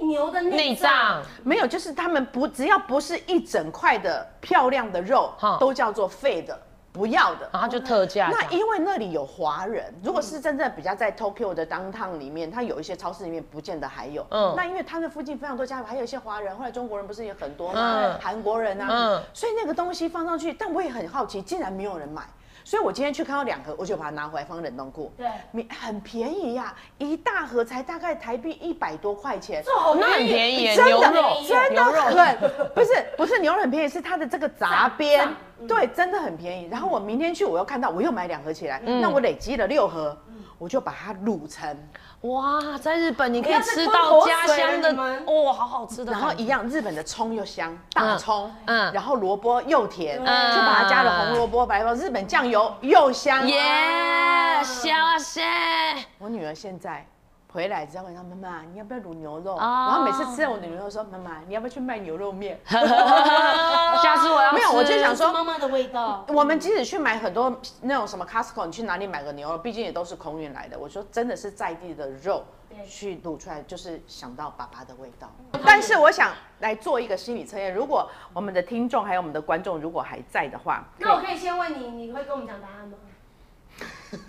[SPEAKER 4] 牛牛的
[SPEAKER 3] 内
[SPEAKER 4] 内脏
[SPEAKER 3] 脏。
[SPEAKER 2] 没有，就是他们不只要不是一整块的漂亮的肉
[SPEAKER 3] 哈，
[SPEAKER 2] 都叫做废的，不要的。
[SPEAKER 3] 然后就特价这
[SPEAKER 2] 那
[SPEAKER 3] 样，
[SPEAKER 2] 因为那里有华人，如果是真正比较在 Tokyo 的 downtown 里面，它有一些超市里面不见得还有。嗯
[SPEAKER 3] 嗯，
[SPEAKER 2] 那因为它那附近非常多家，还有一些华人，后来中国人不是也很多吗
[SPEAKER 3] 嗯？
[SPEAKER 2] 韩、国人啊，
[SPEAKER 3] 嗯
[SPEAKER 2] 所以那个东西放上去，但我也很好奇，竟然没有人买。所以我今天去看到两盒，我就把它拿回来放冷冻库。
[SPEAKER 4] 对
[SPEAKER 2] 你很便宜呀、一大盒才大概台币一百多块钱。
[SPEAKER 4] 这好哦
[SPEAKER 3] 那很便宜耶
[SPEAKER 2] 真
[SPEAKER 3] 牛
[SPEAKER 2] 的
[SPEAKER 3] 肉
[SPEAKER 2] 真的
[SPEAKER 3] 牛肉嗯
[SPEAKER 2] 很不是不是牛肉很便宜，是它的这个杂边
[SPEAKER 4] 杂，
[SPEAKER 2] 对，真的很便宜。然后我明天去，我又看到，我又买两盒起来，
[SPEAKER 3] 嗯
[SPEAKER 2] 那我累积了六盒，我就把它卤成，
[SPEAKER 3] 哇，在日本你可
[SPEAKER 4] 不
[SPEAKER 3] 以
[SPEAKER 4] 要再
[SPEAKER 3] 吃
[SPEAKER 4] 吞
[SPEAKER 3] 到
[SPEAKER 4] 口
[SPEAKER 3] 家
[SPEAKER 4] 水
[SPEAKER 3] 乡
[SPEAKER 4] 了
[SPEAKER 3] 的
[SPEAKER 4] 你们
[SPEAKER 3] 哦，好好吃的
[SPEAKER 2] 然
[SPEAKER 3] 感觉，
[SPEAKER 2] 后一样日本的葱又香，大葱，嗯
[SPEAKER 3] 嗯，
[SPEAKER 2] 然后萝卜又甜，就
[SPEAKER 4] 嗯
[SPEAKER 2] 把它加了红萝卜、白萝卜，日本酱油又香。
[SPEAKER 3] 耶，香啊 香！
[SPEAKER 2] 我女儿现在回来之后，她妈妈，你要不要卤牛肉？
[SPEAKER 3] 哦
[SPEAKER 2] 然后每次吃了我的牛肉，说妈妈，你要不要去卖牛肉 面？
[SPEAKER 3] 下次我要
[SPEAKER 2] 没有我就
[SPEAKER 3] 吃
[SPEAKER 2] 想说
[SPEAKER 4] 呃妈妈的味道。
[SPEAKER 2] 我们即使去买很多那种什么 Costco，你去哪里买个牛肉，毕竟也都是空运来的。我说真的是在地的肉
[SPEAKER 4] 对嗯
[SPEAKER 2] 去卤出来，就是想到爸爸的味道。但是我想来做一个心理测验，如果我们的听众还有我们的观众如果还在的话，
[SPEAKER 4] 那我可以先问你，你会跟我们讲答 案吗？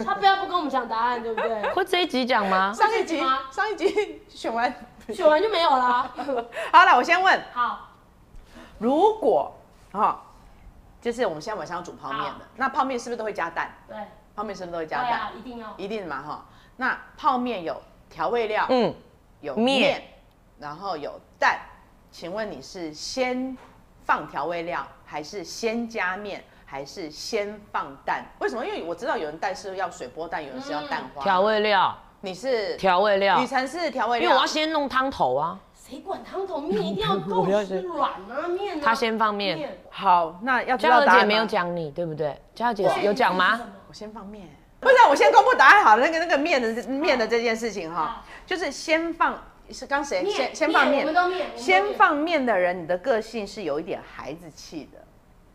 [SPEAKER 4] 他不要不跟我们讲答案，对不对？
[SPEAKER 3] 会这一集讲吗？
[SPEAKER 2] 上
[SPEAKER 4] 这
[SPEAKER 2] 一
[SPEAKER 4] 一集
[SPEAKER 2] 集
[SPEAKER 4] 吗
[SPEAKER 2] 上一集选完，
[SPEAKER 4] 选完就没 有啦。
[SPEAKER 2] 好了，我先问，
[SPEAKER 4] 好，
[SPEAKER 2] 如果哈、就是我们现在晚上要煮泡面
[SPEAKER 4] 好
[SPEAKER 2] 的，那泡面是不是都会加蛋？
[SPEAKER 4] 对，
[SPEAKER 2] 泡面是不是都会
[SPEAKER 4] 对
[SPEAKER 2] 加蛋？
[SPEAKER 4] 啊，一定要。
[SPEAKER 2] 一定嘛哈、那泡面有调味料，
[SPEAKER 3] 嗯，
[SPEAKER 2] 有
[SPEAKER 3] 面
[SPEAKER 2] 面，然后有蛋。请问你是先放调味料，还是先加面，还是先放蛋？为什么？因为我知道有人蛋是要水波蛋，有人是要蛋花。
[SPEAKER 3] 调味料，
[SPEAKER 2] 你是
[SPEAKER 3] 调味料
[SPEAKER 2] 雨，辰是调味
[SPEAKER 3] 因为
[SPEAKER 2] 料，
[SPEAKER 3] 我要先弄汤头啊。
[SPEAKER 4] 谁管汤头面一定要够软啊面啊？
[SPEAKER 3] 他先放面，
[SPEAKER 2] 好，那要知
[SPEAKER 3] 嘉
[SPEAKER 2] 道
[SPEAKER 3] 禾
[SPEAKER 2] 答案
[SPEAKER 3] 姐
[SPEAKER 2] 吗
[SPEAKER 3] 没有，讲你，对不对？嘉禾姐
[SPEAKER 4] 对
[SPEAKER 3] 有讲吗？？
[SPEAKER 2] 我先放面。不是，啊我先公布答案好了。那个那个面的面的这件事情哈
[SPEAKER 4] 好，
[SPEAKER 2] 就是先放是刚谁
[SPEAKER 4] 面
[SPEAKER 2] 先先放
[SPEAKER 4] 我
[SPEAKER 2] 面
[SPEAKER 4] 们，都面，我们都面
[SPEAKER 2] 先。放面的人，你的个性是有一点孩子气的。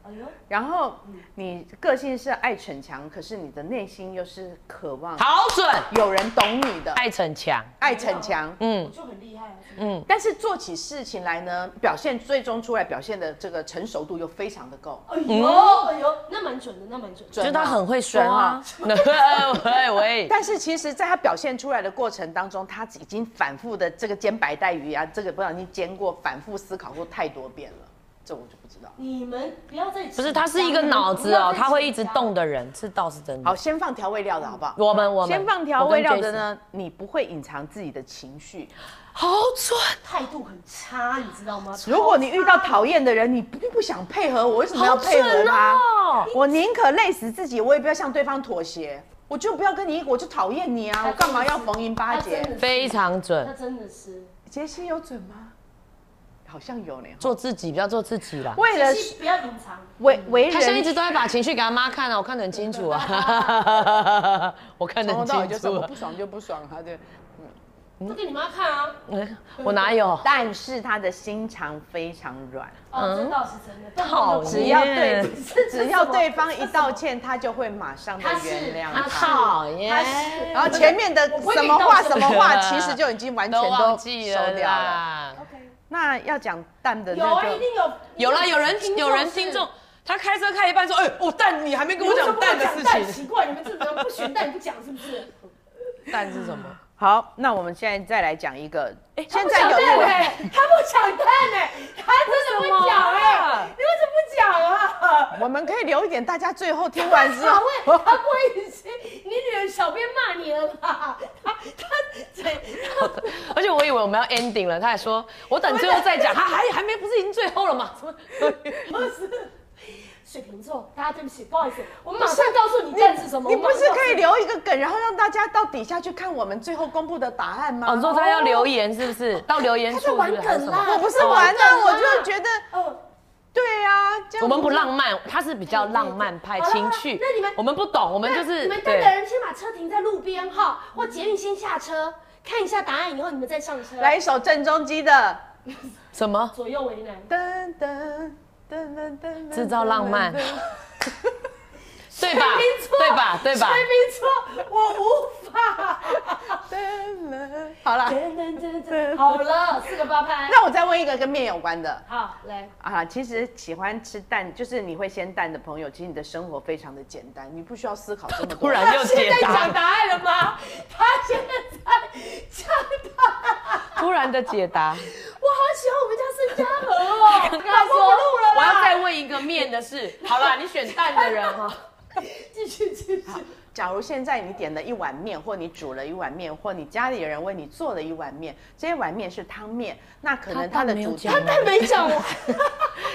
[SPEAKER 4] 哎呦，
[SPEAKER 2] 然后你个性是爱逞强，可是你的内心又是渴望
[SPEAKER 3] 好准，
[SPEAKER 2] 有人懂你的，
[SPEAKER 3] 爱逞强，
[SPEAKER 2] 爱逞强。
[SPEAKER 4] 我
[SPEAKER 3] 嗯，
[SPEAKER 4] 就很厉害啊。
[SPEAKER 2] 但是做起事情来呢，表现最终出来表现的这个成熟度又非常的够。
[SPEAKER 4] 哎呦，
[SPEAKER 3] 嗯
[SPEAKER 4] 哎呦，那蛮准的，那蛮准。
[SPEAKER 3] 就
[SPEAKER 2] 准
[SPEAKER 3] 是
[SPEAKER 2] 吗
[SPEAKER 3] 他很会说啊。 喂喂，
[SPEAKER 2] 但是其实，在他表现出来的过程当中，他已经反复的这个煎白带鱼啊，这个不小心煎过，反复思考过太多遍了，这我就不知道。
[SPEAKER 4] 你们不要再
[SPEAKER 3] 不是，他是一个脑子哦，他会一直动。的人，这倒是真的
[SPEAKER 2] 好，。先放调味料的好不好？
[SPEAKER 3] 我们我们
[SPEAKER 2] 先放调味料
[SPEAKER 3] 我
[SPEAKER 2] 的
[SPEAKER 3] 跟 Jason，
[SPEAKER 2] 呢，你不会隐藏自己的情绪，
[SPEAKER 3] 好准，
[SPEAKER 4] 态度很差，你知道吗？
[SPEAKER 2] 如果你遇到讨厌的人，你并不想配合我，为什么要配合他？
[SPEAKER 3] 好准哦
[SPEAKER 2] 我宁可累死自己，我也不要向对方妥协。我就不要跟你，我就讨厌你啊！我干嘛要逢迎巴结？
[SPEAKER 4] 非
[SPEAKER 3] 非常
[SPEAKER 4] 那
[SPEAKER 3] 准。
[SPEAKER 4] 真的是
[SPEAKER 2] 杰西有准吗？好像有呢。
[SPEAKER 3] 做自己，不要做自己啦。
[SPEAKER 2] 为了
[SPEAKER 4] 其实不要隐藏，
[SPEAKER 2] 为为
[SPEAKER 3] 他现在一
[SPEAKER 2] 人，
[SPEAKER 3] 直都在把情绪给他妈看啊，我看得很清楚 啊，我看得
[SPEAKER 2] 从头到
[SPEAKER 3] 很
[SPEAKER 2] 尾就
[SPEAKER 3] 清
[SPEAKER 2] 是
[SPEAKER 3] 楚
[SPEAKER 2] 我
[SPEAKER 3] 啊。
[SPEAKER 2] 不爽就不爽啊，对。
[SPEAKER 4] 就给你妈看啊。
[SPEAKER 3] 我哪有？
[SPEAKER 2] 但是他的心肠非常软，
[SPEAKER 3] 嗯
[SPEAKER 4] 哦，这倒是真的，
[SPEAKER 3] 讨厌
[SPEAKER 2] 只要对
[SPEAKER 4] 这是什
[SPEAKER 2] 只
[SPEAKER 4] 么
[SPEAKER 2] 要对方一道歉，他就会马上的
[SPEAKER 4] 他是
[SPEAKER 2] 原谅
[SPEAKER 4] 他
[SPEAKER 2] 他。
[SPEAKER 3] 讨
[SPEAKER 4] 哎
[SPEAKER 3] 厌，
[SPEAKER 2] 然后前面的
[SPEAKER 4] 我不会
[SPEAKER 2] 什
[SPEAKER 4] 给你
[SPEAKER 2] 么话
[SPEAKER 4] 道
[SPEAKER 2] 什
[SPEAKER 4] 歉
[SPEAKER 2] 么话，其实就已经完全
[SPEAKER 3] 都
[SPEAKER 2] 都
[SPEAKER 3] 忘
[SPEAKER 2] 收
[SPEAKER 3] 记了
[SPEAKER 2] 掉了。
[SPEAKER 3] 啦。
[SPEAKER 4] OK，
[SPEAKER 2] 那要讲淡的
[SPEAKER 4] 有啊，
[SPEAKER 2] 那
[SPEAKER 4] 一
[SPEAKER 2] 就
[SPEAKER 4] 定有，
[SPEAKER 3] 有啦，有人有人
[SPEAKER 4] 是
[SPEAKER 3] 听众，他开车开一半说：“哎，我蛋，你还没跟我讲蛋的事
[SPEAKER 4] 蛋
[SPEAKER 3] 情。
[SPEAKER 4] 奇怪，你们怎么不选蛋不讲是不是？”
[SPEAKER 3] 蛋 是什么？
[SPEAKER 2] 好。那我们现在再来讲一个，哎现
[SPEAKER 4] 不
[SPEAKER 2] 在
[SPEAKER 4] 讲
[SPEAKER 2] 有
[SPEAKER 4] 蛋
[SPEAKER 2] 一位
[SPEAKER 4] 哎，他不讲蛋哎，他真的不讲哎，你为什么不讲啊？
[SPEAKER 2] 我们可以留一点，大家最后听完之
[SPEAKER 4] 他
[SPEAKER 2] 后
[SPEAKER 4] 会，他不会是你女儿小编骂你了吧？他他对，
[SPEAKER 3] 而且我以为我们要 ending 了，他还说：“我等最后再讲。”他还还没，不是已经最后了 吗？怎么？
[SPEAKER 4] 不是水瓶座，大家对不起，不好意思，我马上告诉你蛋是什么。
[SPEAKER 2] 你
[SPEAKER 4] 我
[SPEAKER 2] 不
[SPEAKER 4] 马上
[SPEAKER 2] 是
[SPEAKER 4] 告诉
[SPEAKER 2] 可以留一个梗，然后让大家到底下去看我们最后公布的答案吗？
[SPEAKER 3] 哦，你说他要留言是不
[SPEAKER 2] 哦
[SPEAKER 3] 是？到留言
[SPEAKER 4] 他
[SPEAKER 3] 处
[SPEAKER 4] 在
[SPEAKER 3] 是不
[SPEAKER 4] 玩
[SPEAKER 3] 是还是
[SPEAKER 4] 梗
[SPEAKER 3] 什
[SPEAKER 4] 啦
[SPEAKER 3] 么？
[SPEAKER 2] 我不是玩的，我就是觉得，
[SPEAKER 4] 哦。
[SPEAKER 2] 对啊，这样
[SPEAKER 3] 我们不浪漫，他是比较浪漫派
[SPEAKER 4] 好了
[SPEAKER 3] 情趣。
[SPEAKER 4] 那你们
[SPEAKER 3] 我们不懂，我们
[SPEAKER 4] 对
[SPEAKER 3] 就是
[SPEAKER 4] 你们带的人先把车停在路边哈，或捷运先下车，看一下答案以后你们再上车。
[SPEAKER 2] 来一首郑中基的
[SPEAKER 3] 什么
[SPEAKER 4] 左右为难，
[SPEAKER 2] 噔噔噔噔噔，
[SPEAKER 3] 制造浪漫
[SPEAKER 2] 噔噔噔
[SPEAKER 3] 对吧
[SPEAKER 4] 没错？
[SPEAKER 3] 对吧？对 吧
[SPEAKER 4] 水？瓶座，我无法。
[SPEAKER 2] 噔噔好了，
[SPEAKER 4] 噔噔噔噔，好了，四个八拍。
[SPEAKER 2] 那我再问一个跟面有关的
[SPEAKER 4] 好，来，
[SPEAKER 2] 啊。其实喜欢吃蛋，就是你会先蛋的朋友，其实你的生活非常的简单，你不需要思考这么多。
[SPEAKER 3] 突然
[SPEAKER 4] 他
[SPEAKER 3] 又
[SPEAKER 4] 现
[SPEAKER 3] 解
[SPEAKER 4] 在
[SPEAKER 3] 答
[SPEAKER 4] 讲，答案了吗？他现在讲答案，
[SPEAKER 3] 突然的解答。
[SPEAKER 4] 我好喜欢我们家盛家和哦。
[SPEAKER 3] 刚
[SPEAKER 4] 老
[SPEAKER 3] 刚
[SPEAKER 4] 公不录了
[SPEAKER 3] 说我要
[SPEAKER 4] 啦，
[SPEAKER 3] 再问一个面的事。好啦，你选蛋的人哈。
[SPEAKER 4] 继续继续。
[SPEAKER 2] 假如现在你点了一碗面，或你煮了一碗面，或你家里人为你做了一碗面，这一碗面是汤面，那可能它的主题
[SPEAKER 3] 他蛋
[SPEAKER 4] 但没讲完，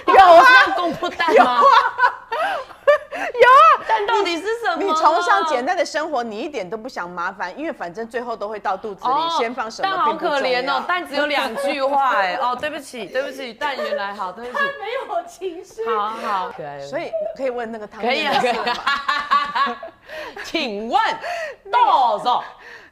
[SPEAKER 2] 有啊
[SPEAKER 3] 要公布蛋 吗？
[SPEAKER 2] 有啊，
[SPEAKER 3] 蛋到底是什 么？
[SPEAKER 2] 你崇尚简单的生活，你一点都不想麻烦，因为反正最后都会到肚子里，先放什么
[SPEAKER 3] 哦蛋好
[SPEAKER 2] 并不
[SPEAKER 3] 可
[SPEAKER 2] 重
[SPEAKER 3] 怜
[SPEAKER 2] 要
[SPEAKER 3] 哦，蛋只有两句话哎。哦，对不起，对不起，蛋原来好，对不起
[SPEAKER 4] 他。没有情绪。
[SPEAKER 3] 好好，可爱了
[SPEAKER 2] 所以可以问那个汤
[SPEAKER 3] 可以
[SPEAKER 2] 面
[SPEAKER 3] 啊，
[SPEAKER 2] 的
[SPEAKER 3] 可以
[SPEAKER 2] 事吗
[SPEAKER 3] 啊。请问多少？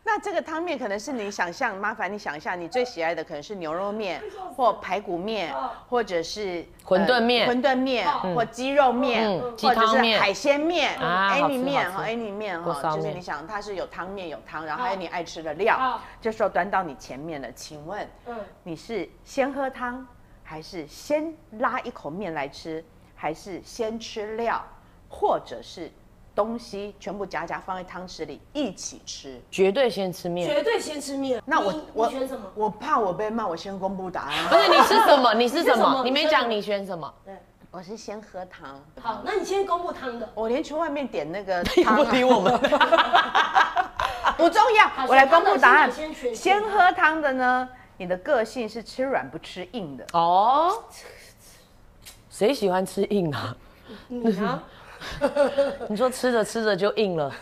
[SPEAKER 2] 那这个汤面可能是你想象，麻烦你想一下，你最喜爱的可能是牛肉面，或排骨面
[SPEAKER 4] 哦，
[SPEAKER 2] 或者是
[SPEAKER 3] 馄饨面
[SPEAKER 2] 呃馄饨面
[SPEAKER 4] 哦
[SPEAKER 2] 或鸡肉面
[SPEAKER 3] 嗯，鸡
[SPEAKER 2] 或者
[SPEAKER 3] 汤
[SPEAKER 2] 是
[SPEAKER 3] 面
[SPEAKER 2] 海鲜面
[SPEAKER 3] 啊好吃
[SPEAKER 2] ，any 面
[SPEAKER 3] 好
[SPEAKER 2] 哈
[SPEAKER 3] 吃
[SPEAKER 2] ，any 面
[SPEAKER 3] 锅
[SPEAKER 2] 哈，
[SPEAKER 3] 烧
[SPEAKER 2] 就是
[SPEAKER 3] 面
[SPEAKER 2] 你想它是有汤面有汤，然后
[SPEAKER 4] 哦
[SPEAKER 2] 还有你爱吃的料
[SPEAKER 4] 哦，
[SPEAKER 2] 这时候端到你前面了，请问
[SPEAKER 4] 嗯，
[SPEAKER 2] 你是先喝汤，还是先拉一口面来吃，还是先吃料，或者是东西全部夹夹放在汤匙里一起吃？
[SPEAKER 3] 绝对先吃面。
[SPEAKER 4] 绝对先吃面。
[SPEAKER 2] 那我
[SPEAKER 4] 你
[SPEAKER 2] 我
[SPEAKER 4] 你选什么？
[SPEAKER 2] 我怕我被骂，我先公布答案。
[SPEAKER 3] 不是你吃什 么？你吃什
[SPEAKER 4] 你吃什
[SPEAKER 3] 么
[SPEAKER 4] 么？
[SPEAKER 3] 你没讲你选什么？
[SPEAKER 4] 对，
[SPEAKER 2] 我是先喝汤，
[SPEAKER 4] 好，那你先公布汤的。
[SPEAKER 2] 我连去外面点那 个
[SPEAKER 3] 也
[SPEAKER 2] 汤
[SPEAKER 3] 不
[SPEAKER 2] 啊
[SPEAKER 3] 理我们。
[SPEAKER 2] 不重要
[SPEAKER 4] 好，
[SPEAKER 2] 我来公布答案
[SPEAKER 4] 先喝汤的先选。
[SPEAKER 2] 先喝汤的呢，你的个性是吃软不吃硬的。
[SPEAKER 3] 哦，谁喜欢吃硬啊？
[SPEAKER 4] 你啊，
[SPEAKER 3] 嗯你说吃着吃着就硬了，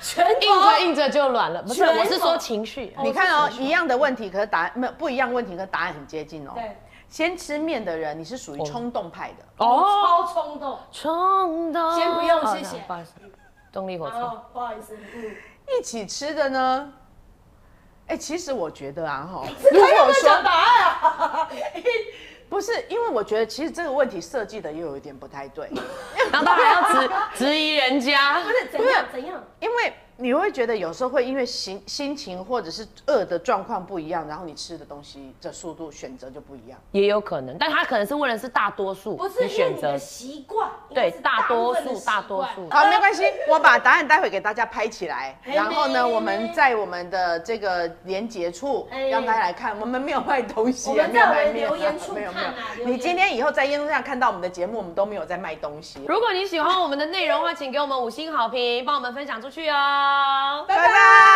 [SPEAKER 4] 全
[SPEAKER 3] 硬着硬着就软了，不是，
[SPEAKER 4] 全
[SPEAKER 3] 我是说
[SPEAKER 4] 口
[SPEAKER 3] 情绪。
[SPEAKER 2] 你看哦，一样的问题，可是答案没有不一样，问题和答案很接近哦。
[SPEAKER 4] 对，
[SPEAKER 2] 先吃面的人，你是属于冲动派的。
[SPEAKER 3] 哦，
[SPEAKER 4] 超冲动。
[SPEAKER 3] 冲动。
[SPEAKER 4] 先不用谢谢
[SPEAKER 3] 哦不好意思，动力火
[SPEAKER 4] 然
[SPEAKER 3] 车。
[SPEAKER 4] 后不好意思，嗯，
[SPEAKER 2] 一起吃的呢？哎，其实我觉得啊，哈，
[SPEAKER 4] 如
[SPEAKER 2] 如
[SPEAKER 4] 果
[SPEAKER 2] 果
[SPEAKER 4] 说
[SPEAKER 2] 说
[SPEAKER 4] 答案啊，
[SPEAKER 2] 不是，因为我觉得其实这个问题设计的又有一点不太 对。
[SPEAKER 3] 然后他还要质质疑人家，
[SPEAKER 4] 不是怎样怎样，
[SPEAKER 2] 因为你会觉得有时候会因为心心情或者是饿的状况不一样，然后你吃的东西的速度选择就不一样。
[SPEAKER 3] 也有可能，但他可能是问的是大多数，
[SPEAKER 4] 不是
[SPEAKER 3] 你
[SPEAKER 4] 因为
[SPEAKER 3] 选
[SPEAKER 4] 你
[SPEAKER 3] 择
[SPEAKER 4] 的习惯，
[SPEAKER 3] 对
[SPEAKER 4] 应该是
[SPEAKER 3] 大
[SPEAKER 4] 部
[SPEAKER 3] 多
[SPEAKER 4] 分的
[SPEAKER 3] 数，
[SPEAKER 4] 习
[SPEAKER 3] 大
[SPEAKER 4] 惯
[SPEAKER 3] 多数。
[SPEAKER 2] 好，没关系，我把答案待会给大家拍起来，
[SPEAKER 4] 嘿
[SPEAKER 2] 然后呢，
[SPEAKER 4] 嘿
[SPEAKER 2] 我们在我们的这个连结处
[SPEAKER 4] 哎
[SPEAKER 2] 让大家来看，我们没有卖东西，啊
[SPEAKER 4] 我们
[SPEAKER 2] 没有
[SPEAKER 4] 在我
[SPEAKER 2] 卖
[SPEAKER 4] 们
[SPEAKER 2] 面
[SPEAKER 4] 留言处
[SPEAKER 2] 没有没
[SPEAKER 4] 看啊
[SPEAKER 2] 有。
[SPEAKER 4] 留言
[SPEAKER 2] 你今天以后在夜路上看到我们的节目，我们都没有在卖东西。
[SPEAKER 3] 如果你喜欢我们的内容的话，请给我们五星好评，帮我们分享出去哦。
[SPEAKER 2] 拜拜。